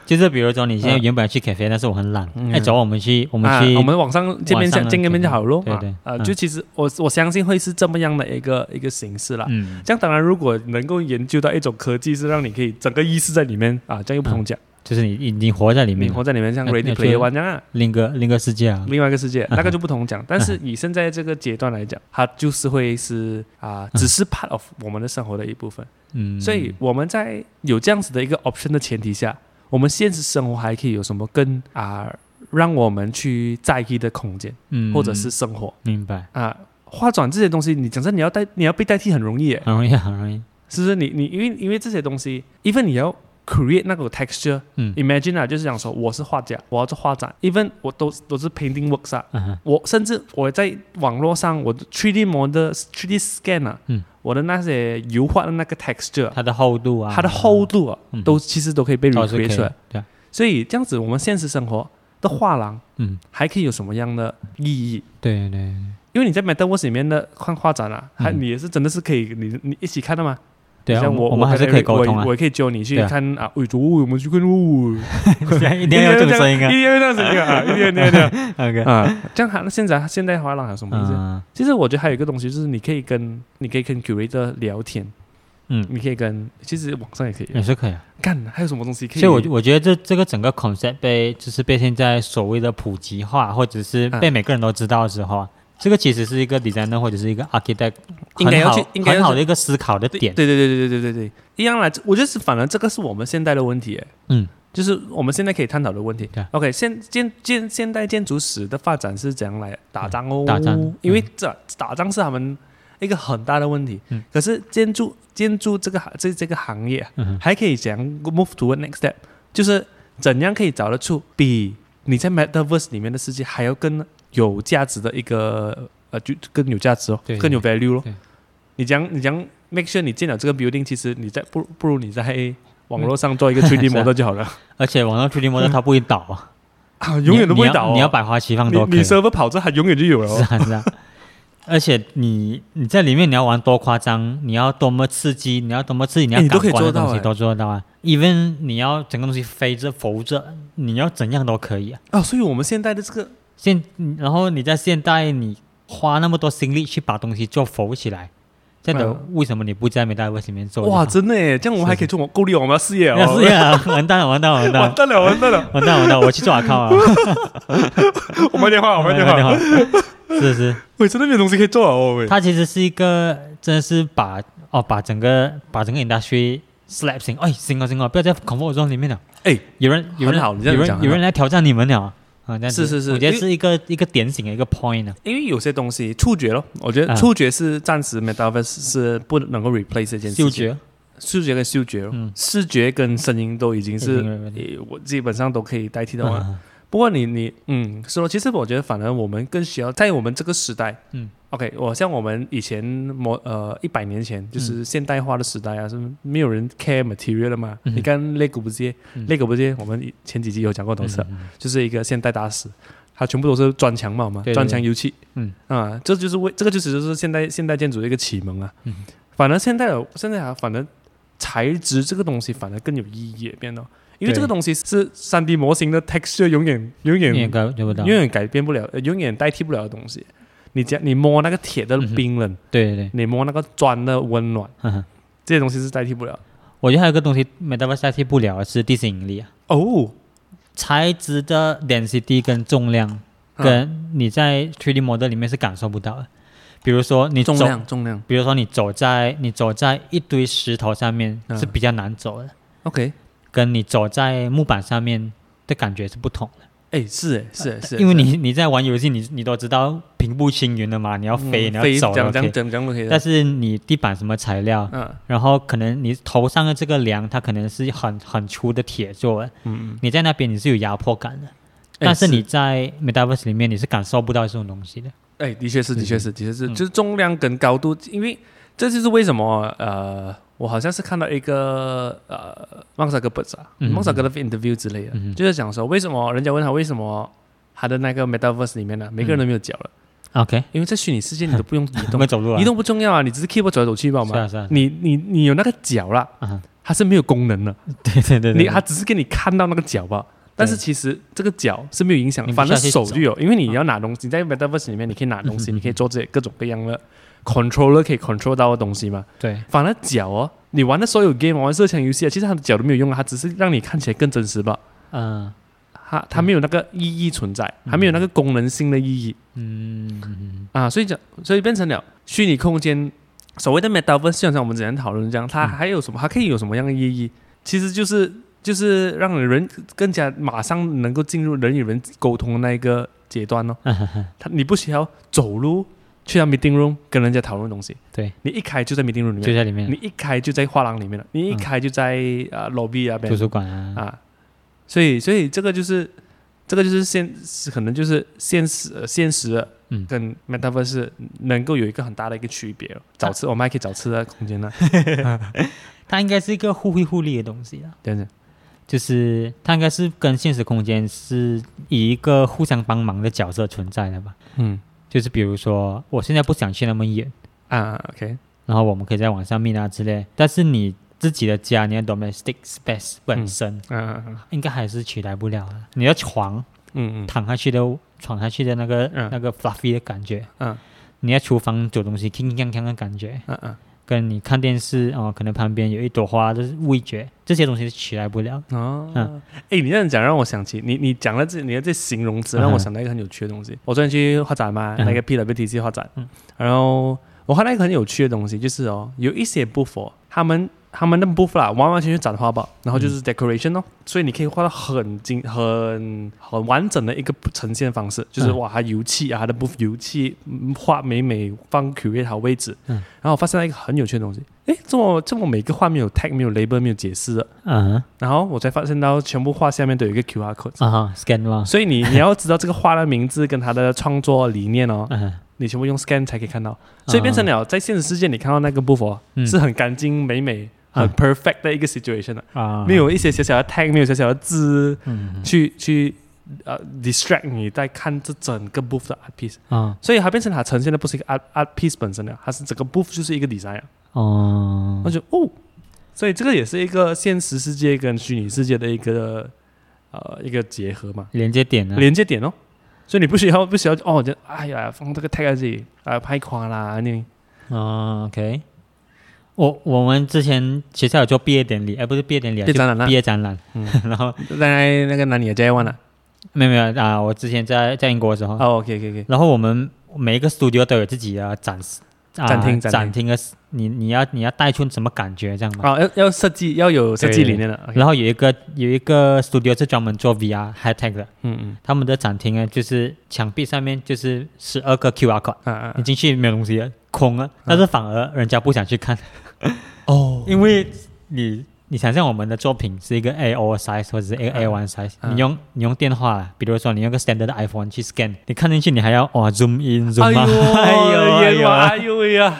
[SPEAKER 2] 就是比如说你现在原本要去 cafe，但是我很懒，
[SPEAKER 1] 嗯
[SPEAKER 2] 哎，走，我们去，我们
[SPEAKER 1] 啊
[SPEAKER 2] 去，
[SPEAKER 1] 我们网上见
[SPEAKER 2] 网
[SPEAKER 1] 面
[SPEAKER 2] 上
[SPEAKER 1] 见
[SPEAKER 2] 的
[SPEAKER 1] 见个面就好咯。
[SPEAKER 2] 对对
[SPEAKER 1] 啊呃，
[SPEAKER 2] 嗯
[SPEAKER 1] 就其实我我相信会是这么样的一个一个形式啦。
[SPEAKER 2] 嗯，
[SPEAKER 1] 这样当然，如果能够研究到一种科技，是让你可以整个意识在里面啊，这样又不同讲，
[SPEAKER 2] 就是你已经活在里
[SPEAKER 1] 灵
[SPEAKER 2] 面了，
[SPEAKER 1] 活在里面，像
[SPEAKER 2] 那
[SPEAKER 1] Ready
[SPEAKER 2] 那
[SPEAKER 1] Player
[SPEAKER 2] 哎就嗯
[SPEAKER 1] One 这样啊，
[SPEAKER 2] 另一个另一个世界啊，
[SPEAKER 1] 另外一个世界，那个就不同讲。但是以现在这个阶段来讲，它就是会是啊，只是 part of 我们的生活的一部分。
[SPEAKER 2] 嗯，
[SPEAKER 1] 所以我们在有这样子的一个 option 的前提下，我们现实生活还可以有什么更啊让我们去在意的空间，
[SPEAKER 2] 嗯，
[SPEAKER 1] 或者是生活
[SPEAKER 2] 明白，
[SPEAKER 1] 啊？化妆这些东西，你讲真，你要代你要被代替很容易耶，
[SPEAKER 2] 很容易，啊很容易，
[SPEAKER 1] 是不是？你你因为因为这些东西，even 你要 create 那个 texture。
[SPEAKER 2] 嗯
[SPEAKER 1] Imagine 啊，就是讲说我是画家，我要做画展，even 我都都是 painting works 啊，
[SPEAKER 2] 嗯哼
[SPEAKER 1] 我甚至我在网络上我 3D model、3D scan 啊，
[SPEAKER 2] 嗯
[SPEAKER 1] 我的那些油画的那个 texture，啊
[SPEAKER 2] 它的厚度啊，
[SPEAKER 1] 它的厚度啊，
[SPEAKER 2] 嗯
[SPEAKER 1] 都其实都可以被
[SPEAKER 2] 都是可
[SPEAKER 1] recreate
[SPEAKER 2] 以
[SPEAKER 1] 出来。，
[SPEAKER 2] 对啊，
[SPEAKER 1] 所以这样子，我们现实生活的画廊
[SPEAKER 2] 嗯，
[SPEAKER 1] 还可以有什么样的意义？
[SPEAKER 2] 对对，
[SPEAKER 1] 因为你在 Metaverse 里面的看画展啊，
[SPEAKER 2] 嗯
[SPEAKER 1] 还你也是真的是可以，你你一起看的嘛？
[SPEAKER 2] 对啊，
[SPEAKER 1] 像
[SPEAKER 2] 我
[SPEAKER 1] 我
[SPEAKER 2] 们还是
[SPEAKER 1] 跟
[SPEAKER 2] 可以
[SPEAKER 1] Eric，
[SPEAKER 2] 沟通啊
[SPEAKER 1] 我，我也可以揪你去
[SPEAKER 2] 对啊
[SPEAKER 1] 看啊，哎呦，我们去看哦，
[SPEAKER 2] 一定要有这个声音
[SPEAKER 1] 一
[SPEAKER 2] 啊
[SPEAKER 1] 定要有这样子一个啊，一定要一定要这样
[SPEAKER 2] ，OK，
[SPEAKER 1] 啊，这样还现在现代画廊还有什么意思？
[SPEAKER 2] 嗯
[SPEAKER 1] 其实我觉得还有一个东西就是你可以跟你可以跟 curator 聊天，
[SPEAKER 2] 嗯，
[SPEAKER 1] 你可以跟其实网上也可以
[SPEAKER 2] 也是可以啊。
[SPEAKER 1] 干，还有什么东西可以？
[SPEAKER 2] 所以我，我觉得这这个整个 concept 被就是被现在所谓的普及化，或者是
[SPEAKER 1] 嗯
[SPEAKER 2] 被每个人都知道的时候啊，这个其实是一个 designer 或者是一个 architect
[SPEAKER 1] 应该要去
[SPEAKER 2] 很好
[SPEAKER 1] 应该要去
[SPEAKER 2] 很好的一个思考的点。
[SPEAKER 1] 对对对对对对对对，一样啦。我觉得是，反而这个是我们现代的问题，哎
[SPEAKER 2] 嗯，
[SPEAKER 1] 就是我们现在可以探讨的问题。
[SPEAKER 2] 对啊
[SPEAKER 1] OK，现建建现代建筑史的发展是怎样来打仗哦？
[SPEAKER 2] 嗯打仗
[SPEAKER 1] 因为这打仗是他们一个很大的问题。
[SPEAKER 2] 嗯
[SPEAKER 1] 可是建筑建筑这个行这这个行业啊
[SPEAKER 2] 嗯哼
[SPEAKER 1] 还可以怎样 move to a next step？就是怎样可以找得出比你在 Metaverse 里面的世界还要更有价值的一个呃，就更有价值哦
[SPEAKER 2] 对，
[SPEAKER 1] 更有 value 咯
[SPEAKER 2] 对。
[SPEAKER 1] 你讲你讲 make sure 你建了这个 building，其实你在不不如你在网络上 做一个 3D
[SPEAKER 2] 是啊
[SPEAKER 1] model 就好了
[SPEAKER 2] 而且网上 3D model 它不会倒啊，
[SPEAKER 1] 啊，嗯永远都不会倒、哦
[SPEAKER 2] 你要。你要百花齐放都
[SPEAKER 1] 你
[SPEAKER 2] 可
[SPEAKER 1] 你
[SPEAKER 2] 以。
[SPEAKER 1] server 跑这还永远就有了、
[SPEAKER 2] 是
[SPEAKER 1] 哦。
[SPEAKER 2] 啊是啊。 而且你你在里面你要玩多夸张，你要多么刺激，你要多么刺激，你要
[SPEAKER 1] 哎你
[SPEAKER 2] 感
[SPEAKER 1] 都可以
[SPEAKER 2] 官的
[SPEAKER 1] 做到
[SPEAKER 2] 东西
[SPEAKER 1] 哎
[SPEAKER 2] 都做得到啊。even 你要整个东西飞着浮着，你要怎样都可以啊。
[SPEAKER 1] 啊，所以我们现在的这个
[SPEAKER 2] 现然后你在现代你花那么多心力去把东西做浮起来，真的、
[SPEAKER 1] 嗯
[SPEAKER 2] 为什么你不在 Metaverse 里面做就好？
[SPEAKER 1] 哇，真的耶，这样我们还可以做我们够力我们的事业哦。
[SPEAKER 2] 那 是 呀，完蛋了，完蛋了，完蛋
[SPEAKER 1] 完
[SPEAKER 2] 了。
[SPEAKER 1] 蛋了，完蛋了！
[SPEAKER 2] 完蛋了完蛋了！我去做 account 啊！
[SPEAKER 1] 我 们电话，我们电
[SPEAKER 2] 完
[SPEAKER 1] 话，
[SPEAKER 2] 蛋了是是，
[SPEAKER 1] 喂，真的没有东西可以做了哦，喂。
[SPEAKER 2] 它其实是一个，真的是把哦，把整个把整个 industry slap 醒，哎，醒了醒了，不要在 comfort zone 里面了。
[SPEAKER 1] 哎，
[SPEAKER 2] 有人有人
[SPEAKER 1] 很好你这样
[SPEAKER 2] 有人
[SPEAKER 1] 讲很好
[SPEAKER 2] 有人来挑战你们了啊！这样子
[SPEAKER 1] 是是是
[SPEAKER 2] 我觉得
[SPEAKER 1] 因
[SPEAKER 2] 是一个一个点醒的一个 point 啊呢。
[SPEAKER 1] 因为有些东西触觉咯，我觉得
[SPEAKER 2] 啊
[SPEAKER 1] 触觉是暂时 metaverse 是不能够 replace 这件事情。
[SPEAKER 2] 嗅，觉，
[SPEAKER 1] 嗅觉跟嗅觉咯
[SPEAKER 2] 嗯，
[SPEAKER 1] 视觉跟声音都已经
[SPEAKER 2] 已
[SPEAKER 1] 是
[SPEAKER 2] 经没问题
[SPEAKER 1] 诶我基本上都可以代替的嘛。
[SPEAKER 2] 嗯
[SPEAKER 1] 不过你你嗯，是咯，其实我觉得反而我们更需要在我们这个时代，
[SPEAKER 2] 嗯
[SPEAKER 1] ，OK，我像我们以前模呃一百年
[SPEAKER 2] 嗯
[SPEAKER 1] 前就是现代化的时代啊，是没有人 care material 的嘛。
[SPEAKER 2] 嗯
[SPEAKER 1] 你看肋骨不接，
[SPEAKER 2] 嗯
[SPEAKER 1] 肋骨不接，我们前几集有讲过，董事、
[SPEAKER 2] 嗯嗯
[SPEAKER 1] 就是一个现代大师，他全部都是砖墙嘛嘛，
[SPEAKER 2] 对对
[SPEAKER 1] 砖墙油漆，
[SPEAKER 2] 嗯
[SPEAKER 1] 啊，这就是为这个就其实是现代现代建筑的一个启蒙啊。
[SPEAKER 2] 嗯
[SPEAKER 1] 反而现代的现在啊，反而材质这个东西反而更有意义变得，因为
[SPEAKER 2] 对
[SPEAKER 1] 这个东西是三 D 模型的 texture 永远永远
[SPEAKER 2] 你也搞对不到，
[SPEAKER 1] 永远改变不了，呃永远代替不了的东西。你讲你摸那个铁的冰冷，
[SPEAKER 2] 对对对
[SPEAKER 1] 你摸那个砖的温暖，
[SPEAKER 2] 呵呵，
[SPEAKER 1] 这些东西是代替不了的。
[SPEAKER 2] 我觉得还有一个东西没办法代替不了的是地心引力啊，
[SPEAKER 1] 哦，
[SPEAKER 2] 材质的 density 跟重量
[SPEAKER 1] 啊
[SPEAKER 2] 跟你在 3D model 里面是感受不到的，比如说你走
[SPEAKER 1] 重量重量
[SPEAKER 2] 比如说你走在你走在一堆石头上面
[SPEAKER 1] 嗯
[SPEAKER 2] 是比较难走的，
[SPEAKER 1] ，OK，
[SPEAKER 2] 跟你走在木板上面的感觉是不同的。
[SPEAKER 1] 哎，是哎是哎是哎，
[SPEAKER 2] 因为
[SPEAKER 1] 是哎
[SPEAKER 2] 你你在玩游戏，你你都知道平步青云的嘛，你要飞，
[SPEAKER 1] 嗯
[SPEAKER 2] 你
[SPEAKER 1] 飞
[SPEAKER 2] 要走
[SPEAKER 1] 讲讲
[SPEAKER 2] OK。
[SPEAKER 1] 讲讲都可以的
[SPEAKER 2] 但，是你地板什么材料，
[SPEAKER 1] 嗯
[SPEAKER 2] 然后可能你头上的这个梁，它可能是很很粗的铁做的，
[SPEAKER 1] 嗯，嗯
[SPEAKER 2] 你在那边你是有压迫感的。
[SPEAKER 1] 哎
[SPEAKER 2] 但是你在 Metaverse 里面你是感受不到这种东西的，
[SPEAKER 1] 哎，的确是，的确是，的确是，
[SPEAKER 2] 嗯
[SPEAKER 1] 就是重量跟高度，因为这就是为什么呃，我好像是看到一个呃，孟萨哥不咋，
[SPEAKER 2] 嗯
[SPEAKER 1] 孟萨哥的 interview 之类的，
[SPEAKER 2] 嗯
[SPEAKER 1] 就是讲说为什么人家问他为什么他的那个 metaverse 里面呢、每个人都没有脚了，
[SPEAKER 2] ，OK，
[SPEAKER 1] 因为在虚拟世界你都不用移
[SPEAKER 2] 我
[SPEAKER 1] 动
[SPEAKER 2] 们，走嗯路啊
[SPEAKER 1] 移，动不重要啊，你只是 keep 走来走去吧
[SPEAKER 2] 是
[SPEAKER 1] 嘛。
[SPEAKER 2] 啊是啊，
[SPEAKER 1] 你你你有那个脚啦，
[SPEAKER 2] 啊哈，
[SPEAKER 1] 它是没有功能的，
[SPEAKER 2] 对对对对，
[SPEAKER 1] 你它只是给你看到那个脚吧。但是其实这个脚是没有影响
[SPEAKER 2] 你，不
[SPEAKER 1] 反
[SPEAKER 2] 需
[SPEAKER 1] 正
[SPEAKER 2] 要去
[SPEAKER 1] 手就有，因为你要拿东西，在 Metaverse 里面你可以拿 东西，你可以做这些各种各样的 controller 可以 control 到的东西嘛。
[SPEAKER 2] 对
[SPEAKER 1] 反而脚哦，你玩的所有 game 玩射枪游戏啊，其实它的脚都没有用啊，它只是让你看起来更真实吧。
[SPEAKER 2] 嗯
[SPEAKER 1] 它它没有那个意义存在，它没有那个功能性的意义
[SPEAKER 2] 嗯
[SPEAKER 1] 啊，所以讲，所以变成了虚拟空间所谓的 metaverse，就像我们之前讨论这样，它
[SPEAKER 2] 嗯
[SPEAKER 1] 还有什么？它可以有什么样的意义？其实就是就是让人更加马上能够进入人与人沟通的那一个阶段哦。
[SPEAKER 2] 嗯，嗯
[SPEAKER 1] 它你不需要走路去到 meeting room 跟人家讨论东西，
[SPEAKER 2] 对，
[SPEAKER 1] 你一开就在 meeting room 里
[SPEAKER 2] 就嗯
[SPEAKER 1] 面，
[SPEAKER 2] 在里面
[SPEAKER 1] 你一开就在画廊里面了，你一开就在、呃 lobby 啊，边
[SPEAKER 2] 图书馆啊，
[SPEAKER 1] 啊，所以所以这个就是这个就是现是可能就是现实、呃现实
[SPEAKER 2] 嗯
[SPEAKER 1] 跟 metaverse 能够有一个很大的一个区别了。找吃、我们还可以找吃的空间呢，
[SPEAKER 2] 它应该是一个互惠互利的东西啊，
[SPEAKER 1] 这样子。
[SPEAKER 2] 就是它应该是跟现实空间是以一个互相帮忙的角色存在的吧。
[SPEAKER 1] 嗯
[SPEAKER 2] 就是比如说，我现在不想去那么远，
[SPEAKER 1] 啊，OK，
[SPEAKER 2] 然后我们可以在网上面啊之类，但是你自己的家，你的 domestic space 本身、
[SPEAKER 1] 嗯、啊、
[SPEAKER 2] 应该还是取代不了的。你的床
[SPEAKER 1] 嗯嗯
[SPEAKER 2] 躺下去的躺下去的那个、
[SPEAKER 1] 嗯
[SPEAKER 2] 那个 fluffy 的感觉，
[SPEAKER 1] 嗯
[SPEAKER 2] 你在厨房煮东西铿铿锵锵的感觉，
[SPEAKER 1] 嗯嗯
[SPEAKER 2] 跟你看电视哦、可能旁边有一朵花，这是味觉，这些东西是取代不了。
[SPEAKER 1] 嗯哦
[SPEAKER 2] 嗯，
[SPEAKER 1] 哎、你这样讲让我想起你你讲了这你的这形容词，让我
[SPEAKER 2] 嗯哼
[SPEAKER 1] 想到一个很有趣的东西。我昨天去画展嘛，
[SPEAKER 2] 嗯
[SPEAKER 1] 那个 PWTC 画展，
[SPEAKER 2] 嗯
[SPEAKER 1] 然后我看到一个很有趣的东西，就是哦，有一些 b o o 他们他们的 b o o 啦，完完全全展画报，然后就是
[SPEAKER 2] 嗯
[SPEAKER 1] decoration 哦，所以你可以画到很精、很很完整的一个呈现方式，就是、
[SPEAKER 2] 嗯
[SPEAKER 1] 哇，它油漆啊，它的 b o o 油漆嗯画美美放 curate 好位置，
[SPEAKER 2] 嗯
[SPEAKER 1] 然后我发现了一个很有趣的东西，诶，这么这么每个画面有 tag 没有 label 没有解释的，
[SPEAKER 2] 嗯啊
[SPEAKER 1] 然后我才发现到全部画下面都有一个 QR code，、
[SPEAKER 2] 哈，scan 吗？
[SPEAKER 1] 所以你你要知道这个画的名字跟它的创作理念哦，
[SPEAKER 2] 嗯，
[SPEAKER 1] 你全部用 scan 才可以看到，所以变成了在现实世界你看到那个 b o
[SPEAKER 2] 啊嗯
[SPEAKER 1] 是很干净美美、很
[SPEAKER 2] 啊
[SPEAKER 1] perfect 的一个 situation 的，
[SPEAKER 2] 啊，
[SPEAKER 1] 没有一些小小的 tag，没有小小的字
[SPEAKER 2] 嗯，
[SPEAKER 1] 去去呃 distract 你在看这整个 b o 的 art piece，
[SPEAKER 2] 嗯啊，
[SPEAKER 1] 所以它变成它呈现的不是一个 art art piece 本身了，它是整个 b o 就是一个 design 啊了。
[SPEAKER 2] 哦
[SPEAKER 1] 我，就哦，所以这个也是一个现实世界跟虚拟世界的一个呃一个结合嘛，
[SPEAKER 2] 连接点呢？啊
[SPEAKER 1] 连接点哦。所以你不需要不需要哦，就哎呀放这个 tag 在这里啊拍垮啦你
[SPEAKER 2] 啊，OK。我我们之前学校有做毕业典礼，哎，不是毕业典礼啊，
[SPEAKER 1] 别展览
[SPEAKER 2] 就
[SPEAKER 1] 啦
[SPEAKER 2] 毕，业展览。
[SPEAKER 1] 嗯
[SPEAKER 2] 然后
[SPEAKER 1] 在那个哪里啊 J one 啊？
[SPEAKER 2] 没有没有啊，我之前在在英国的时候，
[SPEAKER 1] 哦 OK OK OK，
[SPEAKER 2] 然后我们每一个 studio 都有自己的展示、啊、
[SPEAKER 1] 展厅展厅
[SPEAKER 2] 展厅的，你你要你要带出什么感觉这样嘛？
[SPEAKER 1] 啊要要设计要有设计理念的，OK，
[SPEAKER 2] 然后有一个有一个 studio 是专门做 VR high tech 的，
[SPEAKER 1] 嗯嗯
[SPEAKER 2] 他们的展厅呢就是墙壁上面就是十二个 QR code，
[SPEAKER 1] 啊啊
[SPEAKER 2] 你进去没有东 西了，空了，但是反而人家不想去看，
[SPEAKER 1] 嗯哦
[SPEAKER 2] 因为你你想象我们的作品是一个 A O size 或者是 A A one size，、
[SPEAKER 1] 嗯
[SPEAKER 2] 你用你用电话，比如说你用个 standard 的 iPhone 去 scan，你看进去你还要哇 zoom in zoom
[SPEAKER 1] 哎
[SPEAKER 2] out，
[SPEAKER 1] 呦，
[SPEAKER 2] 哎
[SPEAKER 1] 哎
[SPEAKER 2] 呦
[SPEAKER 1] 呦，
[SPEAKER 2] 哎
[SPEAKER 1] 哎呦喂呀！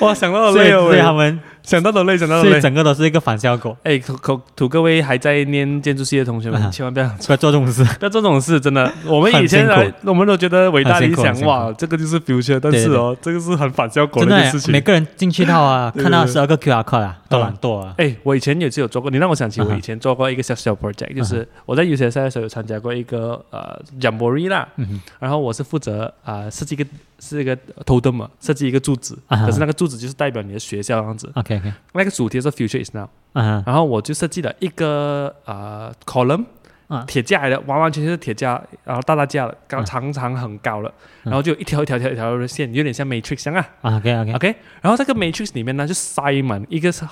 [SPEAKER 1] 哇，想
[SPEAKER 2] 呦，
[SPEAKER 1] 到都
[SPEAKER 2] 所以
[SPEAKER 1] 累哦
[SPEAKER 2] 所以他
[SPEAKER 1] 喂，
[SPEAKER 2] 们
[SPEAKER 1] 想到都累，想到
[SPEAKER 2] 所
[SPEAKER 1] 都
[SPEAKER 2] 以
[SPEAKER 1] 累。
[SPEAKER 2] 整个都是一个反效果，
[SPEAKER 1] 哎，土土土各位还在念建筑系的同学
[SPEAKER 2] 啊
[SPEAKER 1] 们，千万不要
[SPEAKER 2] 所以做这种事，
[SPEAKER 1] 不要做这种事，真的。我们以
[SPEAKER 2] 很辛
[SPEAKER 1] 前来，我们都觉得伟大理
[SPEAKER 2] 很
[SPEAKER 1] 想
[SPEAKER 2] 辛，苦
[SPEAKER 1] 哇，这个就是 future，但是哦，这个是很反效果
[SPEAKER 2] 真
[SPEAKER 1] 的一
[SPEAKER 2] 的
[SPEAKER 1] 件
[SPEAKER 2] 耶
[SPEAKER 1] 事，
[SPEAKER 2] 每
[SPEAKER 1] 情。
[SPEAKER 2] 个人进去到啊，
[SPEAKER 1] 对对
[SPEAKER 2] 看到
[SPEAKER 1] 对
[SPEAKER 2] 十二个 QR code 啊，都
[SPEAKER 1] 嗯
[SPEAKER 2] 懒惰啊，
[SPEAKER 1] 哎，我以前也是有做过，你让我想起
[SPEAKER 2] 啊哈啊
[SPEAKER 1] 我以前做过一个小小 project，就是我在 UCSI 的时候有参加过一个呃 Jamboree 啦，
[SPEAKER 2] 嗯哼，
[SPEAKER 1] 然后我是负责啊、呃设计一个是一个 totem 嘛，设计一个柱子，
[SPEAKER 2] 啊哈
[SPEAKER 1] 可是那个柱子就是代表你的学校这样子。
[SPEAKER 2] ，OK OK，
[SPEAKER 1] 那个主题是 future is now，
[SPEAKER 2] 嗯哼，
[SPEAKER 1] 然后我就设计了一个啊 column，
[SPEAKER 2] 啊
[SPEAKER 1] 铁架来的，完完全全是铁架，然后大大架了，高
[SPEAKER 2] 嗯
[SPEAKER 1] 长长很高了，
[SPEAKER 2] 嗯
[SPEAKER 1] 然后就有一条一条一条一条的线，有点像 matrix 一样啊
[SPEAKER 2] 啊 OK OK，
[SPEAKER 1] ，OK，然后这个 matrix 里面呢就塞满一个是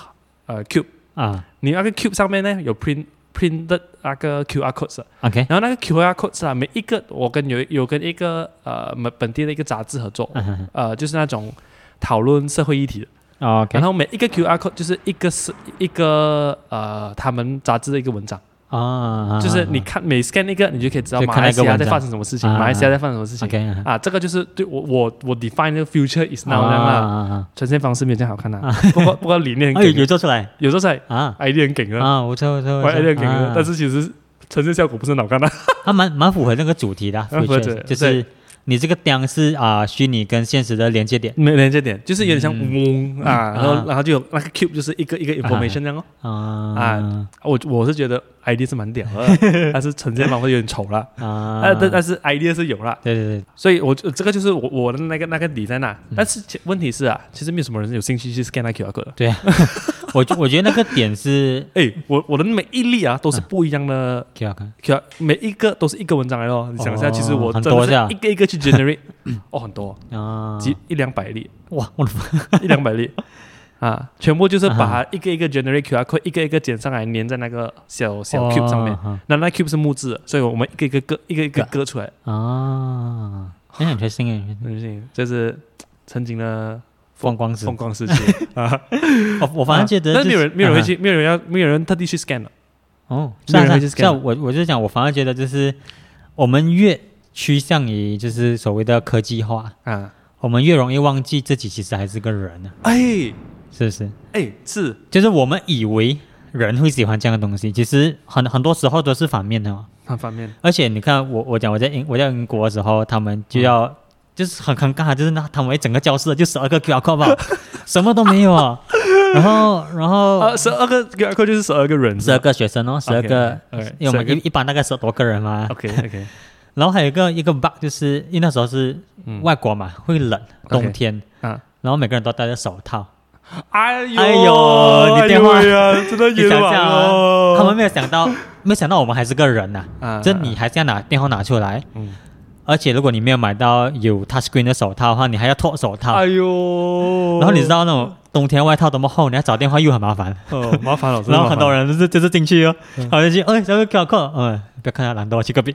[SPEAKER 1] 呃 cube，
[SPEAKER 2] 啊
[SPEAKER 1] 你那个 cube 上面呢有 print printed 那个 QR code。
[SPEAKER 2] OK，
[SPEAKER 1] 然后那个 QR code 是啊，每一个我跟有有跟一个呃本本地的一个杂志合作，
[SPEAKER 2] 嗯哼
[SPEAKER 1] 呃，就是那种讨论社会议题的。
[SPEAKER 2] ，OK，
[SPEAKER 1] 然后每一个 QR code 就是一个是一个呃他们杂志的一个文章，
[SPEAKER 2] 啊啊，
[SPEAKER 1] 就是你看每 scan 一个，你就可以知道
[SPEAKER 2] 就
[SPEAKER 1] 马
[SPEAKER 2] 看那
[SPEAKER 1] 来
[SPEAKER 2] 个
[SPEAKER 1] 西亚
[SPEAKER 2] 文
[SPEAKER 1] 在
[SPEAKER 2] 章
[SPEAKER 1] 发生什么事情，
[SPEAKER 2] 啊啊
[SPEAKER 1] 马来西亚在发生什么事情。
[SPEAKER 2] OK，啊
[SPEAKER 1] 啊，这个就是对我我我 define 那个 future is
[SPEAKER 2] 啊
[SPEAKER 1] now 那样啦，
[SPEAKER 2] 啊啊
[SPEAKER 1] 呈现方式没有这样好看啦、不过不过理念
[SPEAKER 2] 哎，
[SPEAKER 1] 很
[SPEAKER 2] 有
[SPEAKER 1] 梗，
[SPEAKER 2] 做出来
[SPEAKER 1] 啊有时候在
[SPEAKER 2] 啊
[SPEAKER 1] idea 很梗啊，
[SPEAKER 2] 啊，我错我错，
[SPEAKER 1] 我
[SPEAKER 2] 我错
[SPEAKER 1] idea 很梗
[SPEAKER 2] 啊
[SPEAKER 1] 啊，但是其实呈现效果不是很好看的。
[SPEAKER 2] 它蛮蛮符合那个主题的啊
[SPEAKER 1] 蛮符合
[SPEAKER 2] future，
[SPEAKER 1] 主题
[SPEAKER 2] 就是你这个雕是啊虚拟跟现实的连接点
[SPEAKER 1] 没连接点，就是有点像嗡啊，然
[SPEAKER 2] 啊
[SPEAKER 1] 后然后就有那个 cube 就是一个一个
[SPEAKER 2] 啊
[SPEAKER 1] information 这样哦。
[SPEAKER 2] 啊
[SPEAKER 1] 啊我我是觉得 idea 是蛮屌 的，但是呈现方法有点丑啦。
[SPEAKER 2] 啊
[SPEAKER 1] 呃但但但是 idea 是有啦，
[SPEAKER 2] 对对对，
[SPEAKER 1] 所以我就这个就是我我的那个那个底在
[SPEAKER 2] 嗯
[SPEAKER 1] 那。但是其问题是啊，其实没有什么人有兴趣去 scan 那 QR code 的。
[SPEAKER 2] 啊 我觉我觉得那个点是
[SPEAKER 1] 哎，我我的每一例啊都是不一样的
[SPEAKER 2] Q 看
[SPEAKER 1] QR，每一个都是一个文章来咯。你想一下，
[SPEAKER 2] 嗯哦
[SPEAKER 1] 其实我
[SPEAKER 2] 很
[SPEAKER 1] 真
[SPEAKER 2] 多
[SPEAKER 1] 的
[SPEAKER 2] 是啊
[SPEAKER 1] 是一个一 个去 generate，哦，很多，
[SPEAKER 2] 啊，
[SPEAKER 1] 几一两百例。
[SPEAKER 2] 哇我的妈
[SPEAKER 1] 一两百 粒啊，全部就是
[SPEAKER 2] 啊哈
[SPEAKER 1] 把它一个一个 generate QR code 一个一个剪上来，粘在那个小小 cube 上面。
[SPEAKER 2] 啊
[SPEAKER 1] 那那 cube 是木质的，所以我们一个一个割，一个一个割出来，
[SPEAKER 2] 啊，那很确信哎，
[SPEAKER 1] 对不对？这是曾经的
[SPEAKER 2] 风光之
[SPEAKER 1] 风光时期啊。
[SPEAKER 2] 我我反而觉得
[SPEAKER 1] 但
[SPEAKER 2] 就是
[SPEAKER 1] 没有人，没有人
[SPEAKER 2] 啊
[SPEAKER 1] 会去，没有人要，没有人特地去 scan 的。
[SPEAKER 2] 哦，是
[SPEAKER 1] 没有人
[SPEAKER 2] 啊
[SPEAKER 1] 会
[SPEAKER 2] 是
[SPEAKER 1] 去
[SPEAKER 2] 啊是
[SPEAKER 1] scan
[SPEAKER 2] 啊，
[SPEAKER 1] 的
[SPEAKER 2] 我我就讲，我反而觉得就是我们越趋向于就是所谓的科技化，
[SPEAKER 1] 啊。
[SPEAKER 2] 我们越容易忘记自己其实还是个人呢、
[SPEAKER 1] 哎
[SPEAKER 2] 是不是？
[SPEAKER 1] 哎，是
[SPEAKER 2] 就是我们以为人会喜欢这样的东西，其实很很多时候都是反面的、哦。
[SPEAKER 1] 很方便
[SPEAKER 2] 而且你看我，我讲我在英我在英国的时候，他们就
[SPEAKER 1] 嗯
[SPEAKER 2] 要、就是很很尴尬，就是那他们一整个教室就十二个 QR code 吧， 什么都没有啊。然后然后
[SPEAKER 1] 啊，十二个 QR code 就是十二个人，啊
[SPEAKER 2] 十二个学生哦，十二个
[SPEAKER 1] OK，OK，alright，
[SPEAKER 2] 因为我们
[SPEAKER 1] 12个
[SPEAKER 2] 一一般大概十多个人嘛，
[SPEAKER 1] OK OK，
[SPEAKER 2] 然后还有一个一个 bug，就是因为那时候是
[SPEAKER 1] 嗯
[SPEAKER 2] 外国嘛，会冷，
[SPEAKER 1] OK
[SPEAKER 2] 冬天
[SPEAKER 1] 啊，
[SPEAKER 2] 然后每个人都戴着手套。
[SPEAKER 1] 哎呦
[SPEAKER 2] 哎呦你电话
[SPEAKER 1] 哎呦呀，真的
[SPEAKER 2] 你
[SPEAKER 1] 冤
[SPEAKER 2] 想
[SPEAKER 1] 枉
[SPEAKER 2] 象
[SPEAKER 1] 哦
[SPEAKER 2] 啊，他们没有想到，没有想到我们还是个人呐、
[SPEAKER 1] 啊
[SPEAKER 2] 这你还是要拿电话拿出来，
[SPEAKER 1] 嗯
[SPEAKER 2] 而且如果你没有买到有 touchscreen 的手套的话，你还要脱手套。
[SPEAKER 1] 哎呦，
[SPEAKER 2] 然后你知道那种冬天外套多么厚，你要找电话又很麻 烦。
[SPEAKER 1] 哦，麻烦了，嗯真的
[SPEAKER 2] 然后很多
[SPEAKER 1] 麻烦了
[SPEAKER 2] 人就是就是进去哦，然后就去，哎，小哥给我扣，嗯，不要看他懒惰，去 隔壁。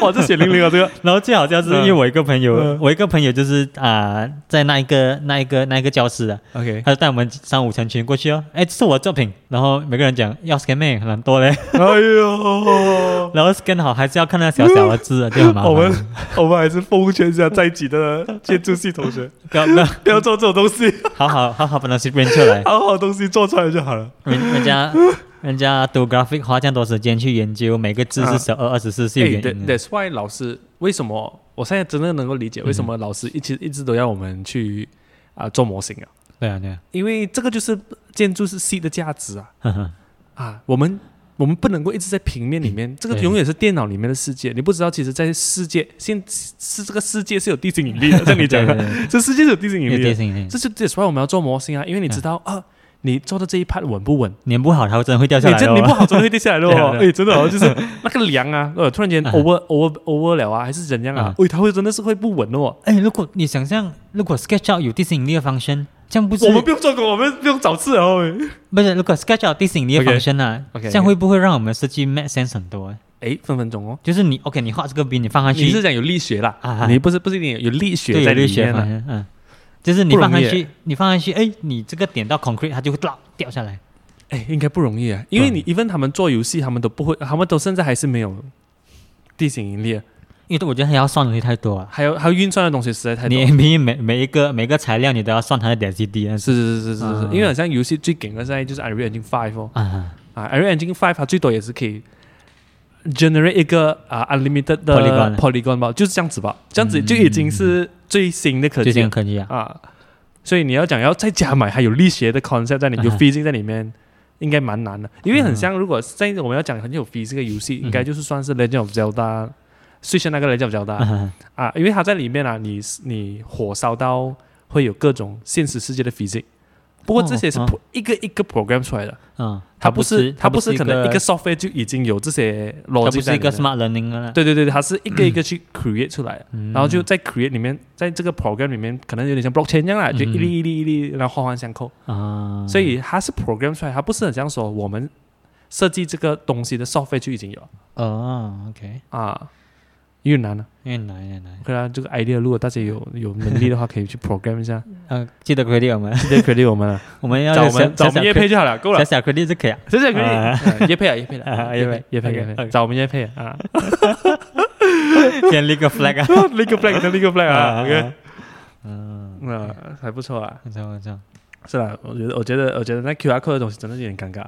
[SPEAKER 1] 哇，这血淋淋啊，这个
[SPEAKER 2] 然后最好笑是因为我一个朋友，
[SPEAKER 1] 嗯
[SPEAKER 2] 我一个朋友就是啊、在那一个那一个那一个教室的，
[SPEAKER 1] OK，
[SPEAKER 2] 他就带我们三五成群过去哦，哎，这是我的作品，然后每个人讲要 scan 妹很多嘞，
[SPEAKER 1] 哎呦，
[SPEAKER 2] 然后 scan 好还是要看那小小的字啊，就很麻
[SPEAKER 1] 我
[SPEAKER 2] 烦
[SPEAKER 1] 们。我们还是奉劝一下在一起的建筑系同学，
[SPEAKER 2] 不要不要，
[SPEAKER 1] 不要做这种东西，
[SPEAKER 2] 好好好好把东西编出来，
[SPEAKER 1] 好好的东西做出来就好了。
[SPEAKER 2] 人人家人家读 graphic 花这样多时间去研究每个字是
[SPEAKER 1] 啊
[SPEAKER 2] 十二二十四是有原因啊的。
[SPEAKER 1] that's why 老师为什么我现在真的能够
[SPEAKER 2] 嗯
[SPEAKER 1] 理解为什么老师一直一直都要我们去啊、做模型啊，
[SPEAKER 2] 对啊对啊
[SPEAKER 1] 因为这个就是建筑是 C 的价值啊
[SPEAKER 2] 呵 呵，
[SPEAKER 1] 啊，我们。我们不能够一直在平面里面，这个
[SPEAKER 2] 嗯对
[SPEAKER 1] 永远是电脑里面的世界。你不知道，其实，在世界现是这个世界是有地心 引力的，像你讲
[SPEAKER 2] 对
[SPEAKER 1] 的，
[SPEAKER 2] 对
[SPEAKER 1] 这世界是有地心引
[SPEAKER 2] 对有
[SPEAKER 1] 力的
[SPEAKER 2] 地。心引力嗯
[SPEAKER 1] 这是这也是为我们要做模型啊，因为你知道啊，你做的这一 part 稳不稳？
[SPEAKER 2] 粘不好，它会真的会掉
[SPEAKER 1] 你
[SPEAKER 2] 下来
[SPEAKER 1] 哎这
[SPEAKER 2] 哦。
[SPEAKER 1] 你不好，真的会掉下来的
[SPEAKER 2] 对啊
[SPEAKER 1] 哦。
[SPEAKER 2] 对啊
[SPEAKER 1] 哎，真的哦，就是那个梁 啊，呃，突然间
[SPEAKER 2] 啊
[SPEAKER 1] over over over 了啊，还是怎样啊
[SPEAKER 2] 啊？
[SPEAKER 1] 喂，它会真的是会不稳哦。
[SPEAKER 2] 哎，如果你想象，如果 SketchUp 有地心引力的 function，这样不是
[SPEAKER 1] 我们不用做工，我们不用找刺哦。
[SPEAKER 2] 不是？如果 SketchUp 有地心引力的
[SPEAKER 1] OK，
[SPEAKER 2] function 啊
[SPEAKER 1] OK，OK
[SPEAKER 2] 这样会不会让我们设计 make sense 很多？
[SPEAKER 1] 哎，分分钟哦。
[SPEAKER 2] 就是你 OK，你画这个笔，你放上去，
[SPEAKER 1] 啊你是讲有力学啦
[SPEAKER 2] 啊啊？
[SPEAKER 1] 你不是不是一定有力学
[SPEAKER 2] 对有
[SPEAKER 1] 在里
[SPEAKER 2] 力学
[SPEAKER 1] 面
[SPEAKER 2] 方
[SPEAKER 1] 啊？
[SPEAKER 2] 面，嗯，就是你
[SPEAKER 1] 不
[SPEAKER 2] 放
[SPEAKER 1] 容
[SPEAKER 2] 上
[SPEAKER 1] 易
[SPEAKER 2] 去，你放上去，哎，你这个点到 concrete，它就会 drop，掉下来。
[SPEAKER 1] 哎，应该不容易啊，因为
[SPEAKER 2] 不容
[SPEAKER 1] 你 even 他们做游戏，他们都不会，他们都现在还是没有地形盈利，
[SPEAKER 2] 因为我觉得还要算的东西太多了，
[SPEAKER 1] 还有还有运算的东西实在太多
[SPEAKER 2] 你。你每每一个每一个材料你都要算它的点 C D
[SPEAKER 1] 是是是是是是，
[SPEAKER 2] 嗯
[SPEAKER 1] 因为好像游戏最顶的现在就是 Unreal Engine Five 哦，
[SPEAKER 2] 啊
[SPEAKER 1] 啊，Unreal Engine Five 它最多也是可以 generate 一个啊 unlimited 的
[SPEAKER 2] Polygon 嗯
[SPEAKER 1] polygon 吧，就是这样子吧，这样子就已经是最新的科
[SPEAKER 2] 最
[SPEAKER 1] 技
[SPEAKER 2] 新
[SPEAKER 1] 了
[SPEAKER 2] 的科技啊，
[SPEAKER 1] 啊。所以你要讲要在家买，还有力学的 concept 在里面，有
[SPEAKER 2] 嗯
[SPEAKER 1] physics 在里面，应该蛮难的，因为很像如果在我们要讲很有 physics 的游戏，
[SPEAKER 2] 嗯
[SPEAKER 1] 应该就是算是 Legend of Zelda。最先那个 Legend of Zelda
[SPEAKER 2] 啊
[SPEAKER 1] 啊，因为它在里面啊，你你火烧到会有各种现实世界的 physics，不过这些是
[SPEAKER 2] 哦
[SPEAKER 1] pro- 一个一个 program 出来的，
[SPEAKER 2] 嗯，
[SPEAKER 1] 它不
[SPEAKER 2] 不
[SPEAKER 1] 是它
[SPEAKER 2] 它
[SPEAKER 1] 不是可能一
[SPEAKER 2] 一
[SPEAKER 1] 个 software 就已经有这些
[SPEAKER 2] 它
[SPEAKER 1] logic，
[SPEAKER 2] 不
[SPEAKER 1] 在
[SPEAKER 2] 是一
[SPEAKER 1] 里
[SPEAKER 2] 个
[SPEAKER 1] 面
[SPEAKER 2] smart learning 了，
[SPEAKER 1] 对对对，对它是一个一个去 create 出来的，
[SPEAKER 2] 嗯，
[SPEAKER 1] 然后就在 create 里面，在这个 program 里面，可能有点像 blockchain 一样啦，就
[SPEAKER 2] 嗯
[SPEAKER 1] 一粒一粒一粒，然后环环相扣，
[SPEAKER 2] 啊，
[SPEAKER 1] 所以它是 program 出来，它不是很像说我们设计这个东西的 software 就已经有了
[SPEAKER 2] 哦，OK，
[SPEAKER 1] 啊，越难啊了。
[SPEAKER 2] 越难越难，
[SPEAKER 1] OK 啦，这个 idea 如果大家 有有能力的话，可以去 program 一 下，
[SPEAKER 2] 嗯，记得 credit 我们，
[SPEAKER 1] 直接 credit 我们啊了，
[SPEAKER 2] 我们要
[SPEAKER 1] 找我
[SPEAKER 2] 小
[SPEAKER 1] 们找我们叶配，就好了，够
[SPEAKER 2] 小
[SPEAKER 1] 了
[SPEAKER 2] 小，小 credit 就可以啊，
[SPEAKER 1] 谢谢
[SPEAKER 2] 啊
[SPEAKER 1] credit，叶配啊叶配了，
[SPEAKER 2] 啊
[SPEAKER 1] 叶
[SPEAKER 2] 叶
[SPEAKER 1] 配
[SPEAKER 2] 配
[SPEAKER 1] 叶配
[SPEAKER 2] OK，
[SPEAKER 1] 叶配，
[SPEAKER 2] OK
[SPEAKER 1] 找我们叶配啊。
[SPEAKER 2] 先立个 flag 啊
[SPEAKER 1] League of Black 的 League of Black 啊
[SPEAKER 2] 啊
[SPEAKER 1] ，OK，
[SPEAKER 2] 嗯，
[SPEAKER 1] 那还不错啊。
[SPEAKER 2] 不错不错，
[SPEAKER 1] 是啦，我觉得，我觉得，我觉得那 QR code 的东西真的有点尴 尬，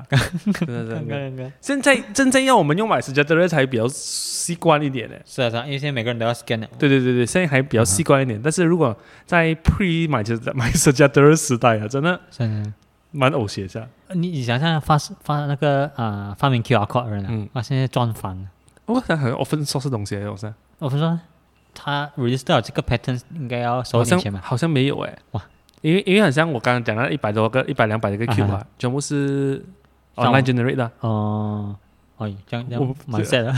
[SPEAKER 1] 真的真
[SPEAKER 2] 刚
[SPEAKER 1] 的。
[SPEAKER 2] 刚刚。
[SPEAKER 1] 现在现在要我们用 My s g e t e r 才比较习惯一点呢。
[SPEAKER 2] 是啊，是啊，因为现在每个人都要 scan 的。
[SPEAKER 1] 对对对对，现在还比较习惯一点，但是如果在 pre My My s g e t e r 时代啊，真的
[SPEAKER 2] 是啊，
[SPEAKER 1] 蛮呕血一啊下。
[SPEAKER 2] 你你想象发发那个啊、呃发明 QR code 的人啊，
[SPEAKER 1] 嗯
[SPEAKER 2] 他现在赚翻了。
[SPEAKER 1] 我想哦很 open source 的东西，啊我想
[SPEAKER 2] 我们说他 release 到这个 pattern 应该要收
[SPEAKER 1] 好
[SPEAKER 2] 点
[SPEAKER 1] 像
[SPEAKER 2] 钱嘛？
[SPEAKER 1] 好像没有哎，
[SPEAKER 2] 哇，
[SPEAKER 1] 因为因为好像我刚刚讲到一百多个、一百两百个 Q
[SPEAKER 2] 啊哈
[SPEAKER 1] 啊，全部是
[SPEAKER 2] 上
[SPEAKER 1] online generate 的啊，
[SPEAKER 2] 哦，哦，这样这
[SPEAKER 1] 我
[SPEAKER 2] 样
[SPEAKER 1] 不
[SPEAKER 2] 蛮 sad 的。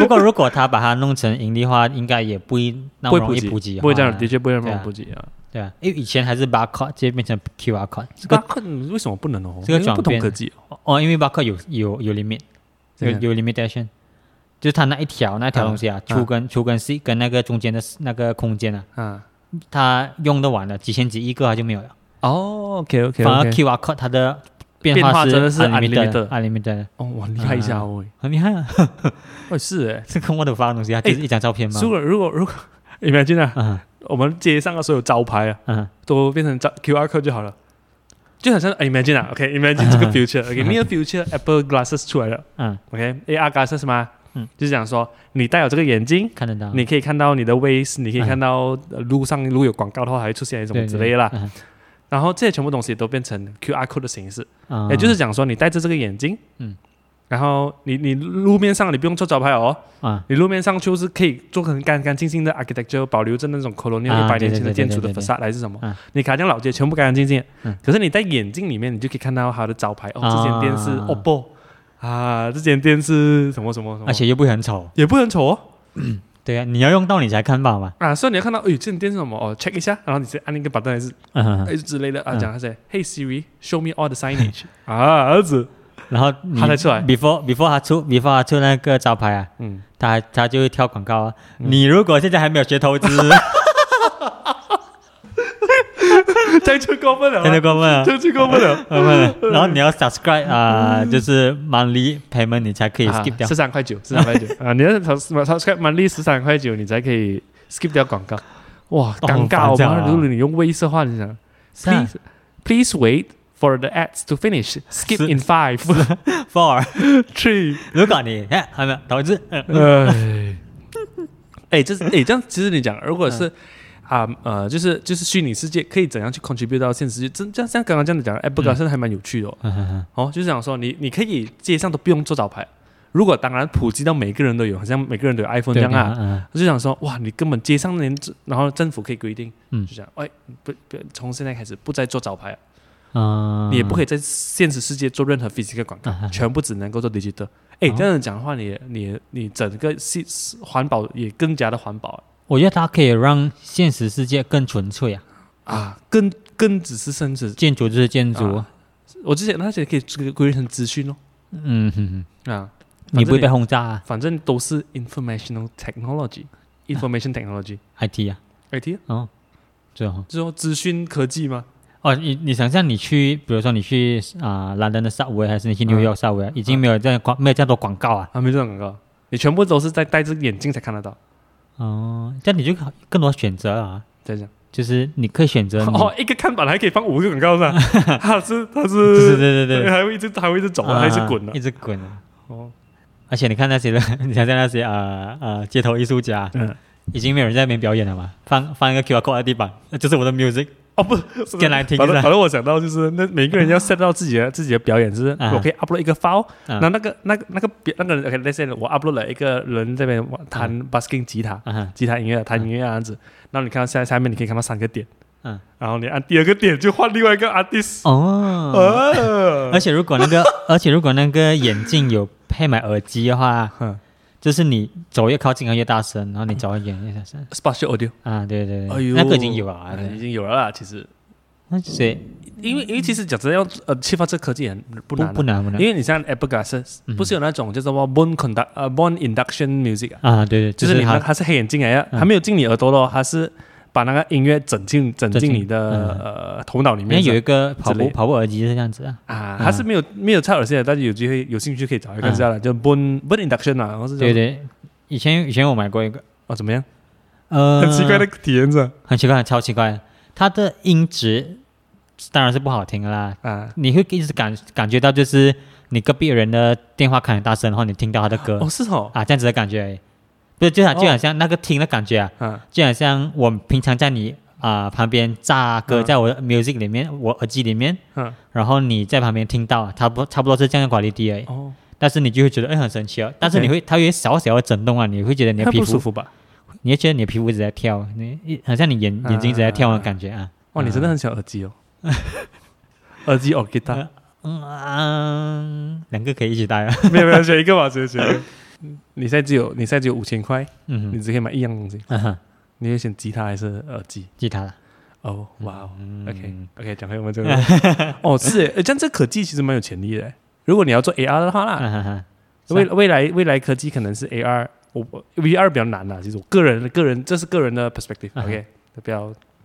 [SPEAKER 2] 不过如果他把它弄成盈利的话，应该也不一那
[SPEAKER 1] 不
[SPEAKER 2] 么容
[SPEAKER 1] 会
[SPEAKER 2] 易
[SPEAKER 1] 普
[SPEAKER 2] 及
[SPEAKER 1] 及，
[SPEAKER 2] 化，
[SPEAKER 1] 不会这样，的确不会那
[SPEAKER 2] 对
[SPEAKER 1] 么
[SPEAKER 2] 啊
[SPEAKER 1] 普及啊。
[SPEAKER 2] 对啊，因为以前还是 barcode，直接变成 QR code。
[SPEAKER 1] 这个为什么不能哦？
[SPEAKER 2] 这个
[SPEAKER 1] 因为不
[SPEAKER 2] 转
[SPEAKER 1] 同
[SPEAKER 2] 变
[SPEAKER 1] 科技哦，
[SPEAKER 2] 哦，因为 barcode 有有有 limit，
[SPEAKER 1] 怎
[SPEAKER 2] 有
[SPEAKER 1] 样
[SPEAKER 2] 有 limitation，就是它那一条那一条
[SPEAKER 1] 啊
[SPEAKER 2] 东西啊，
[SPEAKER 1] 啊
[SPEAKER 2] 粗跟粗跟细跟那个中间的那个空间啊，
[SPEAKER 1] 啊，
[SPEAKER 2] 它用得完了，几千几一个它就没有了。
[SPEAKER 1] 哦，OK OK
[SPEAKER 2] 反而
[SPEAKER 1] OK，
[SPEAKER 2] QR code 它的
[SPEAKER 1] 变
[SPEAKER 2] 变
[SPEAKER 1] 化
[SPEAKER 2] 化
[SPEAKER 1] 真的是
[SPEAKER 2] unlimited 的
[SPEAKER 1] unlimited
[SPEAKER 2] unlimited 的，
[SPEAKER 1] 哦，哇，厉害一下哦，
[SPEAKER 2] 很厉害啊！
[SPEAKER 1] 喂，是哎，
[SPEAKER 2] 这跟我的发的东西，它就是一张照片嘛。
[SPEAKER 1] 如果如果如果 imagine 啊，
[SPEAKER 2] 嗯
[SPEAKER 1] 我们街上的所有招牌啊，
[SPEAKER 2] 嗯，
[SPEAKER 1] 都变成招 QR code 就好了。就好像哎 imagine 啊，OK，imagine 这个 future，OK，near future，Apple glasses 出来了
[SPEAKER 2] 嗯，
[SPEAKER 1] ，OK，AR glasses 是吗？
[SPEAKER 2] 嗯，啊
[SPEAKER 1] 就是讲说你戴有这个眼镜，
[SPEAKER 2] 看得到。
[SPEAKER 1] 你可以看到你的 ways，你可以
[SPEAKER 2] 嗯
[SPEAKER 1] 看到呃路上如果有广告的话，还会出现什么
[SPEAKER 2] 对
[SPEAKER 1] 之类的啦。
[SPEAKER 2] 对嗯
[SPEAKER 1] 然后这些全部东西都变成 QR code 的形式，
[SPEAKER 2] 啊
[SPEAKER 1] 也哎就是讲说，你戴着这个眼镜，嗯
[SPEAKER 2] 嗯，
[SPEAKER 1] 然后你你路面上你不用做招牌哦，
[SPEAKER 2] 啊，
[SPEAKER 1] 你路面上就是可以做很干干净净的 architecture，保留着那种 colonial 一
[SPEAKER 2] 啊
[SPEAKER 1] 百
[SPEAKER 2] 对
[SPEAKER 1] 年前的
[SPEAKER 2] 对对
[SPEAKER 1] 建筑的
[SPEAKER 2] 对对
[SPEAKER 1] facade 还是什么
[SPEAKER 2] 啊，
[SPEAKER 1] 你卡这样老街全部干干净净
[SPEAKER 2] 嗯。
[SPEAKER 1] 可是你戴眼镜里面，你就可以看到它的招牌哦，
[SPEAKER 2] 啊
[SPEAKER 1] 这间店是 OPPO 啊，这间店是什么什么什么
[SPEAKER 2] 而，且又不会很丑。
[SPEAKER 1] 也不很丑哦。
[SPEAKER 2] 对啊，你要用到你才看吧嘛。
[SPEAKER 1] 啊，所以你要看到，哎，这间店是什么？哦，check 一下，然后你直接按一个 button 还是
[SPEAKER 2] 嗯，
[SPEAKER 1] 哎之类的啊，
[SPEAKER 2] 嗯
[SPEAKER 1] 讲那些，Hey Siri，show me all the signage 啊，儿子，
[SPEAKER 2] 然后你
[SPEAKER 1] 它才出来
[SPEAKER 2] before before 他出 before 他出那个招牌啊，
[SPEAKER 1] 嗯，
[SPEAKER 2] 他还他就会跳广告啊。你如果现在还没有学 投资，
[SPEAKER 1] 这样就过分了
[SPEAKER 2] 真的
[SPEAKER 1] 吗，
[SPEAKER 2] 过分啊
[SPEAKER 1] 这！样就过分了。
[SPEAKER 2] 过分了嗯然后你要 subscribe 啊，就是 monthly payment 你才可以
[SPEAKER 1] 嗯啊
[SPEAKER 2] skip 掉
[SPEAKER 1] 十。三块九，十三块九 啊！你要超超超满利十三块九，你才可以 skip 掉广告。哇，
[SPEAKER 2] 哦
[SPEAKER 1] 尴尬
[SPEAKER 2] 好
[SPEAKER 1] 哦！
[SPEAKER 2] 烦啊
[SPEAKER 1] 妈如果你用微色话，你想
[SPEAKER 2] 是啊
[SPEAKER 1] please please wait for the ads to finish. Skip
[SPEAKER 2] 是
[SPEAKER 1] in five,
[SPEAKER 2] Four，
[SPEAKER 1] three.
[SPEAKER 2] 如果你哎还没有投资，嗯
[SPEAKER 1] 哎，嗯哎，这是哎这样，其实你讲，如果是。啊、呃，就是就是虚拟世界可以怎样去 contribute 到现实世界？真像像刚刚这样子讲，Apple Glass 还蛮有趣的、哦。哦，就是想说你你可以街上都不用做招牌，如果当然普及到每个人都有，好像每个人都有 iPhone 这样啊，
[SPEAKER 2] 啊，
[SPEAKER 1] 我就想说，哇，你根本街上连，然后政府可以规定，
[SPEAKER 2] 嗯
[SPEAKER 1] 就讲，哎，不不，从现在开始不再做招牌啊了，
[SPEAKER 2] 嗯
[SPEAKER 1] 你也不
[SPEAKER 2] 以
[SPEAKER 1] 可以在现实世界做任何 physical 广告，
[SPEAKER 2] 啊哈
[SPEAKER 1] 全部只能够做 digital。哎，
[SPEAKER 2] 哦
[SPEAKER 1] 这样讲的话，你你你整个系环保也更加的环保啊
[SPEAKER 2] 我觉得它可以让现实世界更纯粹啊，
[SPEAKER 1] 啊，更更只是甚至，
[SPEAKER 2] 建筑就是建筑
[SPEAKER 1] 啊，我之前那些可以这个归类成资讯哦，
[SPEAKER 2] 嗯，哼哼
[SPEAKER 1] 啊，反
[SPEAKER 2] 你不
[SPEAKER 1] 正
[SPEAKER 2] 会被轰炸啊
[SPEAKER 1] 反正都是 informational technology。Information
[SPEAKER 2] 哎
[SPEAKER 1] technology，IT
[SPEAKER 2] ，IT 啊，
[SPEAKER 1] 啊，
[SPEAKER 2] 哦，最后
[SPEAKER 1] 就是说资讯科技嘛，
[SPEAKER 2] 哦，你你想象你去，比如说你去啊，兰、登的 subway 还是你去纽约 subway，、已经没有这样广，没有这样多广告啊。
[SPEAKER 1] 啊，没这种广告，你全部都是在戴着眼镜才看得到。
[SPEAKER 2] 哦、这样你就更多选择了、啊，
[SPEAKER 1] 再讲
[SPEAKER 2] 就是你可以选择你。
[SPEAKER 1] 哦，一个看板还可以放五个广告是 吧？它是它
[SPEAKER 2] 对 对
[SPEAKER 1] 是
[SPEAKER 2] 对对 对，
[SPEAKER 1] 还会一直还会一直走啊，还一直滚
[SPEAKER 2] 啊，
[SPEAKER 1] 啊
[SPEAKER 2] 一。直滚啊。
[SPEAKER 1] 哦，
[SPEAKER 2] 而且你看那些人， 你想象那些啊啊街头艺术家，
[SPEAKER 1] 嗯，
[SPEAKER 2] 已经没有人在那边表演了嘛，放放一个 QR code 在地板，那就是我的 music，
[SPEAKER 1] 哦不，
[SPEAKER 2] 进来听
[SPEAKER 1] 反正
[SPEAKER 2] 是吧
[SPEAKER 1] 反正我想到就是，那每个人要 set 到自己的自己的表演，就是
[SPEAKER 2] 啊
[SPEAKER 1] 我可以 upload 一个 file，
[SPEAKER 2] 啊
[SPEAKER 1] 那那个那个那个别那个人 OK，那些我 upload 了一个人这边弹 busking 吉他，
[SPEAKER 2] 啊哈
[SPEAKER 1] 吉他音乐弹音乐这样子，然后你看到下下面你可以看到三个点，
[SPEAKER 2] 嗯，
[SPEAKER 1] 然后你按第二个点就换另外一个 artist，
[SPEAKER 2] 哦，
[SPEAKER 1] 呃
[SPEAKER 2] 而，且如果 那个而且如果那个眼镜有配买耳机的话，
[SPEAKER 1] 嗯
[SPEAKER 2] 就是你走越靠近它越大声，然后你走越远越小声
[SPEAKER 1] spatial audio，
[SPEAKER 2] 啊，对对对，
[SPEAKER 1] 哎呦
[SPEAKER 2] 那个已经有了啊，
[SPEAKER 1] 哎已
[SPEAKER 2] 对
[SPEAKER 1] 经有了啦，其实，
[SPEAKER 2] 那所以
[SPEAKER 1] 因为因为其实讲真的要呃开发这科技也很
[SPEAKER 2] 不
[SPEAKER 1] 不难啊
[SPEAKER 2] 不，难不难
[SPEAKER 1] 因为你像 Apple Glasses
[SPEAKER 2] 嗯
[SPEAKER 1] 不是有那种叫做 bone conduct 呃 bone induction music 啊。
[SPEAKER 2] 啊，对对，
[SPEAKER 1] 就
[SPEAKER 2] 就是
[SPEAKER 1] 你它
[SPEAKER 2] 它
[SPEAKER 1] 它是黑眼镜来的，
[SPEAKER 2] 嗯
[SPEAKER 1] 还没有进你耳朵咯，它是把那个音乐整进整进你的
[SPEAKER 2] 整进
[SPEAKER 1] 呃头脑里
[SPEAKER 2] 里
[SPEAKER 1] 面
[SPEAKER 2] 面
[SPEAKER 1] 这
[SPEAKER 2] 有
[SPEAKER 1] 样。
[SPEAKER 2] 一个跑
[SPEAKER 1] 之类
[SPEAKER 2] 步
[SPEAKER 1] 的
[SPEAKER 2] 跑步耳机是这样子啊，
[SPEAKER 1] 啊
[SPEAKER 2] 嗯，
[SPEAKER 1] 它是没有没有插耳线的，但是有机会有兴趣可以找一看一下了，叫 bone bone induction 啊，然后是这
[SPEAKER 2] 对
[SPEAKER 1] 样
[SPEAKER 2] 对，以前以前我买过一个，
[SPEAKER 1] 哦怎么样？
[SPEAKER 2] 呃，
[SPEAKER 1] 很奇怪的体验是吧
[SPEAKER 2] 很奇怪，超奇怪。它的音质当然是不好听的啦，
[SPEAKER 1] 啊，
[SPEAKER 2] 你会一直感感觉到就是你隔壁人的电话开很大声，然后你听到他的歌、
[SPEAKER 1] 哦是哦，
[SPEAKER 2] 啊，这样子的感觉而已。不是，就好
[SPEAKER 1] 哦
[SPEAKER 2] 就好像那个听的感觉啊，
[SPEAKER 1] 啊
[SPEAKER 2] 就好像我平常在你啊、旁边炸歌，
[SPEAKER 1] 嗯
[SPEAKER 2] 在我的 music 里面，我耳机里面，
[SPEAKER 1] 嗯
[SPEAKER 2] 然后你在旁边听到，差不多差不多是这样的管理地而已。
[SPEAKER 1] 哦，
[SPEAKER 2] 但是你就会觉得哎很神奇哦，但是
[SPEAKER 1] OK
[SPEAKER 2] 你会它有小小的震动啊，你会觉得你的
[SPEAKER 1] 它
[SPEAKER 2] 皮
[SPEAKER 1] 不
[SPEAKER 2] 肤
[SPEAKER 1] 舒服吧？
[SPEAKER 2] 你会觉得你的皮肤一直在跳，你一好像你眼眼睛一直在跳的感觉啊。
[SPEAKER 1] 哇，你真的很喜欢 耳机哦，耳机哦，吉他
[SPEAKER 2] 呃嗯嗯，两个可以一起戴啊。
[SPEAKER 1] 没有没有选一个吧，选选一个。你现在只有你现在只有五千块，
[SPEAKER 2] 嗯
[SPEAKER 1] 你
[SPEAKER 2] 哼
[SPEAKER 1] 只可以买一样东西，
[SPEAKER 2] 嗯哼，
[SPEAKER 1] 你会选吉他还是耳机？
[SPEAKER 2] 吉他啦。
[SPEAKER 1] 哦，哇哦。
[SPEAKER 2] 嗯
[SPEAKER 1] OK OK，讲回我们这个， 哦，是耶，诶这样这科技其实蛮有潜力的耶。如果你要做 AR 的话啦，
[SPEAKER 2] 嗯 哼哼，是啊
[SPEAKER 1] 未未来未来科技可能是 AR，我我 VR 比较难啦。其实我个人个人这是个人的 perspective，OK，、
[SPEAKER 2] 嗯哼
[SPEAKER 1] OK，不要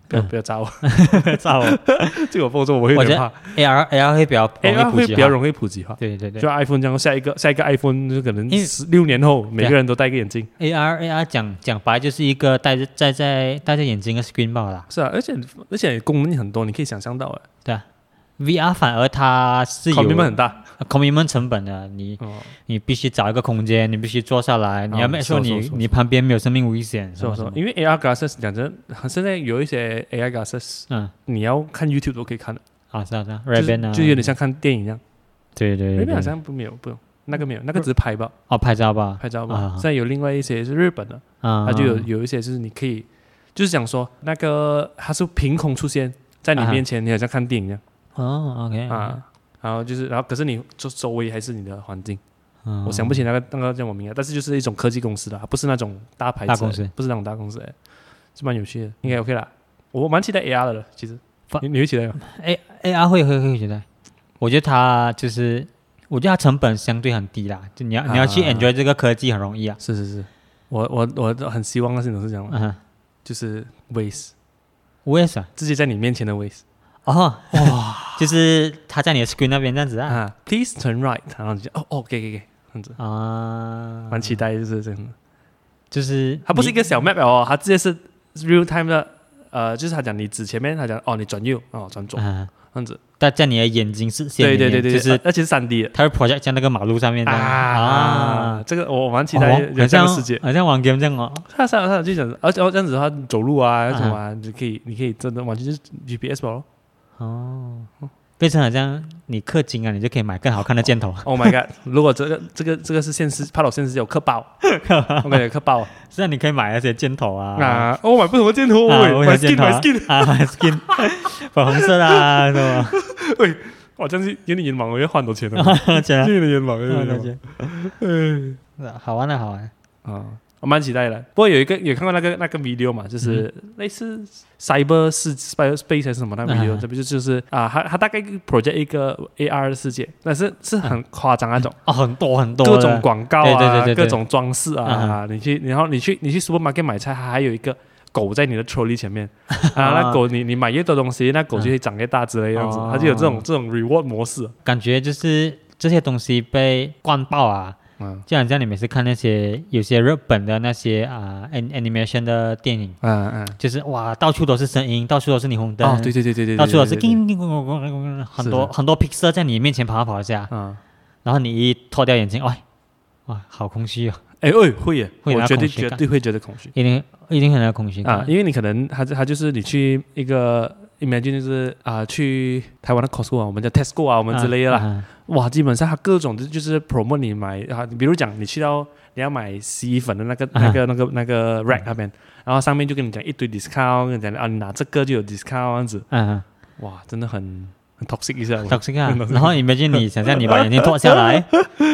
[SPEAKER 1] 不要
[SPEAKER 2] 嗯
[SPEAKER 1] 不要扎我，
[SPEAKER 2] 造
[SPEAKER 1] 这个我放纵我会有
[SPEAKER 2] 我觉
[SPEAKER 1] 点
[SPEAKER 2] 得
[SPEAKER 1] 怕。
[SPEAKER 2] AR AR 会比较容易
[SPEAKER 1] AR
[SPEAKER 2] 普
[SPEAKER 1] 会
[SPEAKER 2] 及
[SPEAKER 1] 比
[SPEAKER 2] 化
[SPEAKER 1] 较容易普及化，
[SPEAKER 2] 对对
[SPEAKER 1] 就
[SPEAKER 2] 对
[SPEAKER 1] 像 iPhone 这样，下一个下一个 iPhone 就可能
[SPEAKER 2] 因为
[SPEAKER 1] 十六年后每个人都戴一个眼镜。
[SPEAKER 2] ，AR AR 讲讲白就是一个戴着戴在戴在眼睛的 screen bar 啦。
[SPEAKER 1] 是啊，而且而且功能很多，你可以想象到哎
[SPEAKER 2] VR 反而它是有呃
[SPEAKER 1] c o m 很大。
[SPEAKER 2] commitment 成本的，啊你
[SPEAKER 1] 啊哦，
[SPEAKER 2] 你必须找一个空间，你必须坐下来，你要
[SPEAKER 1] 啊
[SPEAKER 2] make sure
[SPEAKER 1] 是是
[SPEAKER 2] 你
[SPEAKER 1] 是
[SPEAKER 2] 你旁边没有生命危险，
[SPEAKER 1] 是啊
[SPEAKER 2] 什
[SPEAKER 1] 我
[SPEAKER 2] 么什
[SPEAKER 1] 说
[SPEAKER 2] 么，，
[SPEAKER 1] 因为 AR glasses 讲真，现在有一些 AR glasses，
[SPEAKER 2] 嗯，
[SPEAKER 1] 你要看 YouTube 都可以看的。
[SPEAKER 2] 好是啊是啊
[SPEAKER 1] 就
[SPEAKER 2] ，Ray-Ban 啊，
[SPEAKER 1] 是就有点像看电影一样。
[SPEAKER 2] 对对对
[SPEAKER 1] Ray-Ban 好
[SPEAKER 2] 对，
[SPEAKER 1] 像不没有不用，那个没有，那个只是拍吧，
[SPEAKER 2] 哦拍照吧，
[SPEAKER 1] 拍照
[SPEAKER 2] 啊
[SPEAKER 1] 吧。现在有另外一些是日本的，
[SPEAKER 2] 啊，
[SPEAKER 1] 它就有有一些就是你可以，就是讲说那个它是凭空出现在你
[SPEAKER 2] 啊哈
[SPEAKER 1] 面前，你好像看电影一样
[SPEAKER 2] 哦，OK
[SPEAKER 1] 啊。然后就是，然后可是你周周围还是你的环境，
[SPEAKER 2] 嗯
[SPEAKER 1] 我想不起那个那个叫什么名啊字，但是就是一种科技公司的，它不是那种大牌子的，
[SPEAKER 2] 大公司
[SPEAKER 1] 不是那种大公司，哎是蛮有趣的，应该 OK 啦。我蛮期待 AR 的了，其实
[SPEAKER 2] 反
[SPEAKER 1] 你你会期待吗？
[SPEAKER 2] A A R 会会会觉得，我觉得它就是，我觉得它成本相对很低啦，就你要、你要去
[SPEAKER 1] 啊
[SPEAKER 2] enjoy 这个科技很容易啊。
[SPEAKER 1] 是是是，我我我很希望那些人是这样的，
[SPEAKER 2] 嗯哼，
[SPEAKER 1] 就是 waste
[SPEAKER 2] 我也是啊。
[SPEAKER 1] 自己在你面前的 waste
[SPEAKER 2] 哦，哇， 就是它在你的 screen 那边这样子啊
[SPEAKER 1] 啊，please turn right，然后你就哦哦，给给给，这样子，
[SPEAKER 2] 啊，
[SPEAKER 1] 蛮期待就是这样
[SPEAKER 2] 嗯
[SPEAKER 1] 的。
[SPEAKER 2] 就是
[SPEAKER 1] 它不是一
[SPEAKER 2] 你
[SPEAKER 1] 个小 map 哦，它直接是 real time 的，呃，就是他讲你指前面，他讲哦你转右，哦转左，
[SPEAKER 2] 啊，
[SPEAKER 1] 这样子。
[SPEAKER 2] 但在你的眼睛视线
[SPEAKER 1] 对
[SPEAKER 2] 里
[SPEAKER 1] 对
[SPEAKER 2] 面，
[SPEAKER 1] 对对，
[SPEAKER 2] 就
[SPEAKER 1] 对
[SPEAKER 2] 是
[SPEAKER 1] 而而且是三 D 的
[SPEAKER 2] 它会 project 在那个马路上面这
[SPEAKER 1] 啊
[SPEAKER 2] 样
[SPEAKER 1] 啊，
[SPEAKER 2] 啊。
[SPEAKER 1] 这个我我蛮期
[SPEAKER 2] 哦
[SPEAKER 1] 待
[SPEAKER 2] 好
[SPEAKER 1] 有这
[SPEAKER 2] 像
[SPEAKER 1] 样的世界。
[SPEAKER 2] 好像玩 game 这样哦，
[SPEAKER 1] 他上上就讲，而且哦这样子的话，你走路啊什么啊，你可以你可以真的完全就是 GPS 吧咯。
[SPEAKER 2] 变成好像你氪金啊，你就可以买更好看的箭 头，
[SPEAKER 1] Oh my god！如果这个这个这个是现实，帕老现实有氪 爆，我感觉氪爆。
[SPEAKER 2] 虽啊然你可以买那些箭头啊，
[SPEAKER 1] 啊，哦，买不同的箭头，
[SPEAKER 2] 啊，
[SPEAKER 1] 喂，
[SPEAKER 2] 我
[SPEAKER 1] 买
[SPEAKER 2] 想见
[SPEAKER 1] skin
[SPEAKER 2] 头
[SPEAKER 1] 买
[SPEAKER 2] 啊
[SPEAKER 1] skin，
[SPEAKER 2] 啊买，skin，粉 红色的啊，什
[SPEAKER 1] 喂，哇，这样是有点眼盲，我要换很多钱了，
[SPEAKER 2] 么？这
[SPEAKER 1] 这
[SPEAKER 2] 样
[SPEAKER 1] 有点眼盲，有点眼盲
[SPEAKER 2] 嗯那些好玩的好玩，
[SPEAKER 1] 啊，我蛮期待的。不过有一个有看过那个那个 video 嘛，就是类似 cyber 是 cyber space 还是什么那个
[SPEAKER 2] 嗯啊
[SPEAKER 1] video，这不就就是啊，他他大概 project 一个 AR 的世界，但是是很夸张那种。
[SPEAKER 2] 哦，很多很多
[SPEAKER 1] 各
[SPEAKER 2] 的
[SPEAKER 1] 种广告啊，
[SPEAKER 2] 对对对对对啊
[SPEAKER 1] 各种装饰啊，你去，然后你去你去 supermarket 买菜，它还有一个狗在你的 trolley 前面啊，那狗你你买越多东西，那狗就会长越大之类的样子，
[SPEAKER 2] 啊
[SPEAKER 1] 它就有这种这种 reward 模式。
[SPEAKER 2] 感觉就是这些东西被灌爆啊。
[SPEAKER 1] 嗯
[SPEAKER 2] 就好像你每次看那些有些日本的那些啊、an animation 的电影，
[SPEAKER 1] 嗯
[SPEAKER 2] 就是哇，到处都是声音，到处都是霓虹
[SPEAKER 1] 嗯，
[SPEAKER 2] 灯，
[SPEAKER 1] 哦，对对对对对，
[SPEAKER 2] 到处都
[SPEAKER 1] 对
[SPEAKER 2] 是
[SPEAKER 1] 对对对
[SPEAKER 2] 叮叮咣咣咣咣咣，很多很多 pixel 在你面前跑来跑去啊，
[SPEAKER 1] 嗯，
[SPEAKER 2] 然后你一脱掉眼镜，哎，哇，好空虚哦，
[SPEAKER 1] 哎哎会耶，
[SPEAKER 2] 会拿
[SPEAKER 1] 我绝
[SPEAKER 2] 恐
[SPEAKER 1] 对
[SPEAKER 2] 惧
[SPEAKER 1] 绝
[SPEAKER 2] 感
[SPEAKER 1] 对会觉得恐惧
[SPEAKER 2] 一定一定很有空虚感
[SPEAKER 1] 啊，因为你可能它它就是你去一个 imagine 就是啊去台湾的 Costco 啊，我们叫 Tesco 啊，我们之类的啦，
[SPEAKER 2] 啊
[SPEAKER 1] 哇，基本上它各种就就是 promote 你买啊，比如讲你去到你要买洗衣粉的那个、那
[SPEAKER 2] 嗯
[SPEAKER 1] 个那个那个 rack 那边，然后上面就跟你讲一堆 discount，跟你讲啊你拿这个就有 discount 这样子，
[SPEAKER 2] 啊啊
[SPEAKER 1] 哇，真的很很嗯 toxic 一下， 我
[SPEAKER 2] toxic 啊，然后 imagine 你想象你把眼镜脱下来，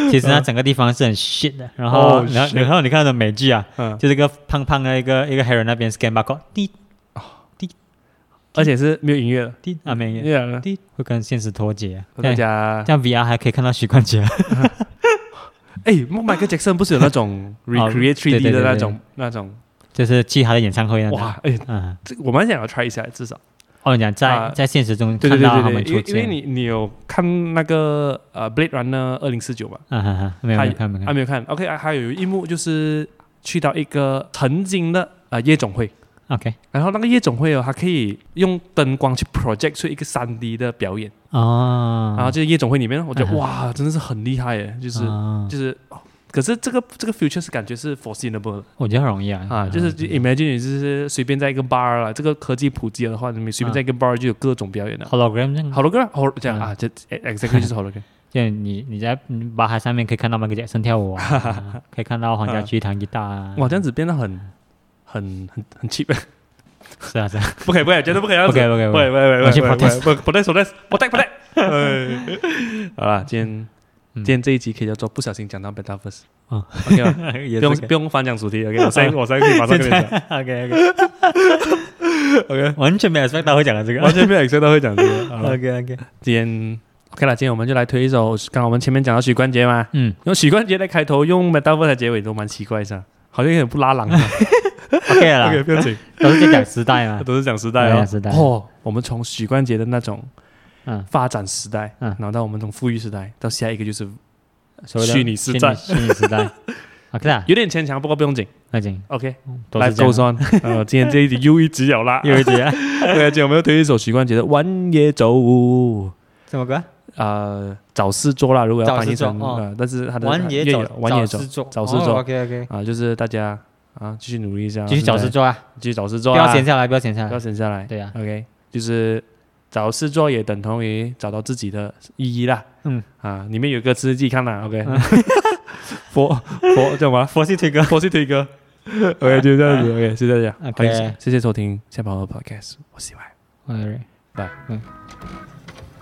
[SPEAKER 2] 其实那整个地方是很 shit 的，然后
[SPEAKER 1] Oh,
[SPEAKER 2] 然后
[SPEAKER 1] shit
[SPEAKER 2] 然后你看到美剧啊，
[SPEAKER 1] 嗯，
[SPEAKER 2] 就这个胖胖的一个一个黑人那边 scan barcode，滴
[SPEAKER 1] 而且是没有音乐的，
[SPEAKER 2] 滴啊没有，
[SPEAKER 1] 对啊，
[SPEAKER 2] 滴会跟现实脱节啊，
[SPEAKER 1] 大
[SPEAKER 2] 这样
[SPEAKER 1] 家
[SPEAKER 2] 这样 VR 还可以看到许冠杰啊，
[SPEAKER 1] 哎，Michael Jackson 不是有 那种 recreate
[SPEAKER 2] 哦对对
[SPEAKER 1] 3D
[SPEAKER 2] 对
[SPEAKER 1] 的
[SPEAKER 2] 对
[SPEAKER 1] 那种那种，
[SPEAKER 2] 就是去他的演唱会那种，
[SPEAKER 1] 哇，哎，
[SPEAKER 2] 嗯，
[SPEAKER 1] 这我蛮想要 try 一下，至少
[SPEAKER 2] 哦，你讲在
[SPEAKER 1] 啊
[SPEAKER 2] 在现实中
[SPEAKER 1] 对对
[SPEAKER 2] 看
[SPEAKER 1] 对
[SPEAKER 2] 到他
[SPEAKER 1] 对
[SPEAKER 2] 们
[SPEAKER 1] 对，因
[SPEAKER 2] 出
[SPEAKER 1] 为因
[SPEAKER 2] 现，
[SPEAKER 1] 为你你有看那个呃 Blade Runner 二零四九吧？
[SPEAKER 2] 啊哈哈，没有
[SPEAKER 1] 他
[SPEAKER 2] 没有看没有
[SPEAKER 1] 啊，
[SPEAKER 2] 看，
[SPEAKER 1] 没有看。OK，、啊、还有一幕就是去到一个曾经的啊、呃夜总会，
[SPEAKER 2] ，OK，
[SPEAKER 1] 然后那个夜总会哦，它可以用灯光去 project 出一个3 D 的表演，
[SPEAKER 2] 哦，
[SPEAKER 1] 然后这个夜总会里面，我觉得、
[SPEAKER 2] 嗯哼
[SPEAKER 1] 哇，真的是很厉害耶，就是、
[SPEAKER 2] 哦
[SPEAKER 1] 就是。哦可是这个这个 future 是感觉是 foreseeable 的
[SPEAKER 2] 我觉得很容易啊，
[SPEAKER 1] 啊，就是就 imagine 你就是随便在一个 bar 啊啦，这个科技普及了的话，你随便在一个 bar 就有各种表演了。
[SPEAKER 2] hologram 这样
[SPEAKER 1] h o l o g r a m 这
[SPEAKER 2] 嗯
[SPEAKER 1] 样啊，这 exactly 就是 hologram。
[SPEAKER 2] 就你你在嗯吧台上面可以看到 Michael Jackson 跳舞啊，啊可以看到黄家驹弹吉他啊。
[SPEAKER 1] 哇，这样子变得很很很很 cheap，
[SPEAKER 2] 是啊是啊
[SPEAKER 1] 不可以不可以，绝对不可以这样子。
[SPEAKER 2] ，OK OK
[SPEAKER 1] 喂
[SPEAKER 2] OK，
[SPEAKER 1] 喂喂
[SPEAKER 2] 我
[SPEAKER 1] 喂
[SPEAKER 2] 去
[SPEAKER 1] 喂
[SPEAKER 2] protest
[SPEAKER 1] 喂，不对不 对不对不对。哎嗯好啦，今天今天这一集可以叫做不小心讲到 metaverse
[SPEAKER 2] 嗯
[SPEAKER 1] ，OK 吧？
[SPEAKER 2] 也
[SPEAKER 1] 不
[SPEAKER 2] 是
[SPEAKER 1] 用
[SPEAKER 2] OK
[SPEAKER 1] 不用翻讲主题，OK，我啊 上一我上一个可以马上跟你 讲，
[SPEAKER 2] OK OK OK，完全没有 expect 到会讲的这个
[SPEAKER 1] 完全没有 expect 到会讲这 个。好了
[SPEAKER 2] OK OK，
[SPEAKER 1] 今天 OK 了，今天我们就来推一首，刚刚我们前面讲到许冠杰嘛，
[SPEAKER 2] 嗯
[SPEAKER 1] 用许冠杰的开头，用 metaverse 的结尾都蛮奇怪的，好像有点不拉郎。啊
[SPEAKER 2] ，OK 啦，
[SPEAKER 1] OK，不用 紧，
[SPEAKER 2] 都是在讲时代嘛，
[SPEAKER 1] 都是讲时代
[SPEAKER 2] 都
[SPEAKER 1] 哦
[SPEAKER 2] 讲时代，
[SPEAKER 1] 哦，我们从许冠杰的那种
[SPEAKER 2] 嗯
[SPEAKER 1] 发展时代，
[SPEAKER 2] 嗯
[SPEAKER 1] 然后到我们从富裕时代，到下一个就是
[SPEAKER 2] 所谓的
[SPEAKER 1] 虚拟时代
[SPEAKER 2] 虚拟虚拟时代，OK 啦，
[SPEAKER 1] 有点牵强，不过不用紧
[SPEAKER 2] 那行，
[SPEAKER 1] ，OK。
[SPEAKER 2] 都是
[SPEAKER 1] Life
[SPEAKER 2] 这样，
[SPEAKER 1] goes on，呃， 今天这一集又一集有啦
[SPEAKER 2] 又一集啊，
[SPEAKER 1] 对，今天我们又推一首许冠杰的《晚夜走》，
[SPEAKER 2] 什么歌？
[SPEAKER 1] 呃，找事做啦，如果要翻译成
[SPEAKER 2] 找事做哦
[SPEAKER 1] 呃，但是他的
[SPEAKER 2] 玩野
[SPEAKER 1] 粤
[SPEAKER 2] 走
[SPEAKER 1] 语，晚夜走
[SPEAKER 2] 事做，
[SPEAKER 1] 早事做
[SPEAKER 2] OK OK，
[SPEAKER 1] 啊，就是大家啊，继续努力一下，
[SPEAKER 2] 继续找事
[SPEAKER 1] 现在，
[SPEAKER 2] 做啊，
[SPEAKER 1] 继续找事做
[SPEAKER 2] 不
[SPEAKER 1] 啊，
[SPEAKER 2] 要闲下来，不要闲下
[SPEAKER 1] 不要
[SPEAKER 2] 来，
[SPEAKER 1] 闲下来
[SPEAKER 2] 对啊，
[SPEAKER 1] ，OK，就是找事做也等同于找到自己的意义啦，
[SPEAKER 2] 嗯
[SPEAKER 1] 啊，里面有歌词自己看啦，OK，佛佛叫什么？
[SPEAKER 2] 佛系推歌。
[SPEAKER 1] 佛系推歌，OK，就这样子，OK，就这样
[SPEAKER 2] OK
[SPEAKER 1] 欢迎谢谢收听下宝的 Podcast，我喜欢。
[SPEAKER 2] 哎 Alright.
[SPEAKER 1] Bye.
[SPEAKER 2] Bye.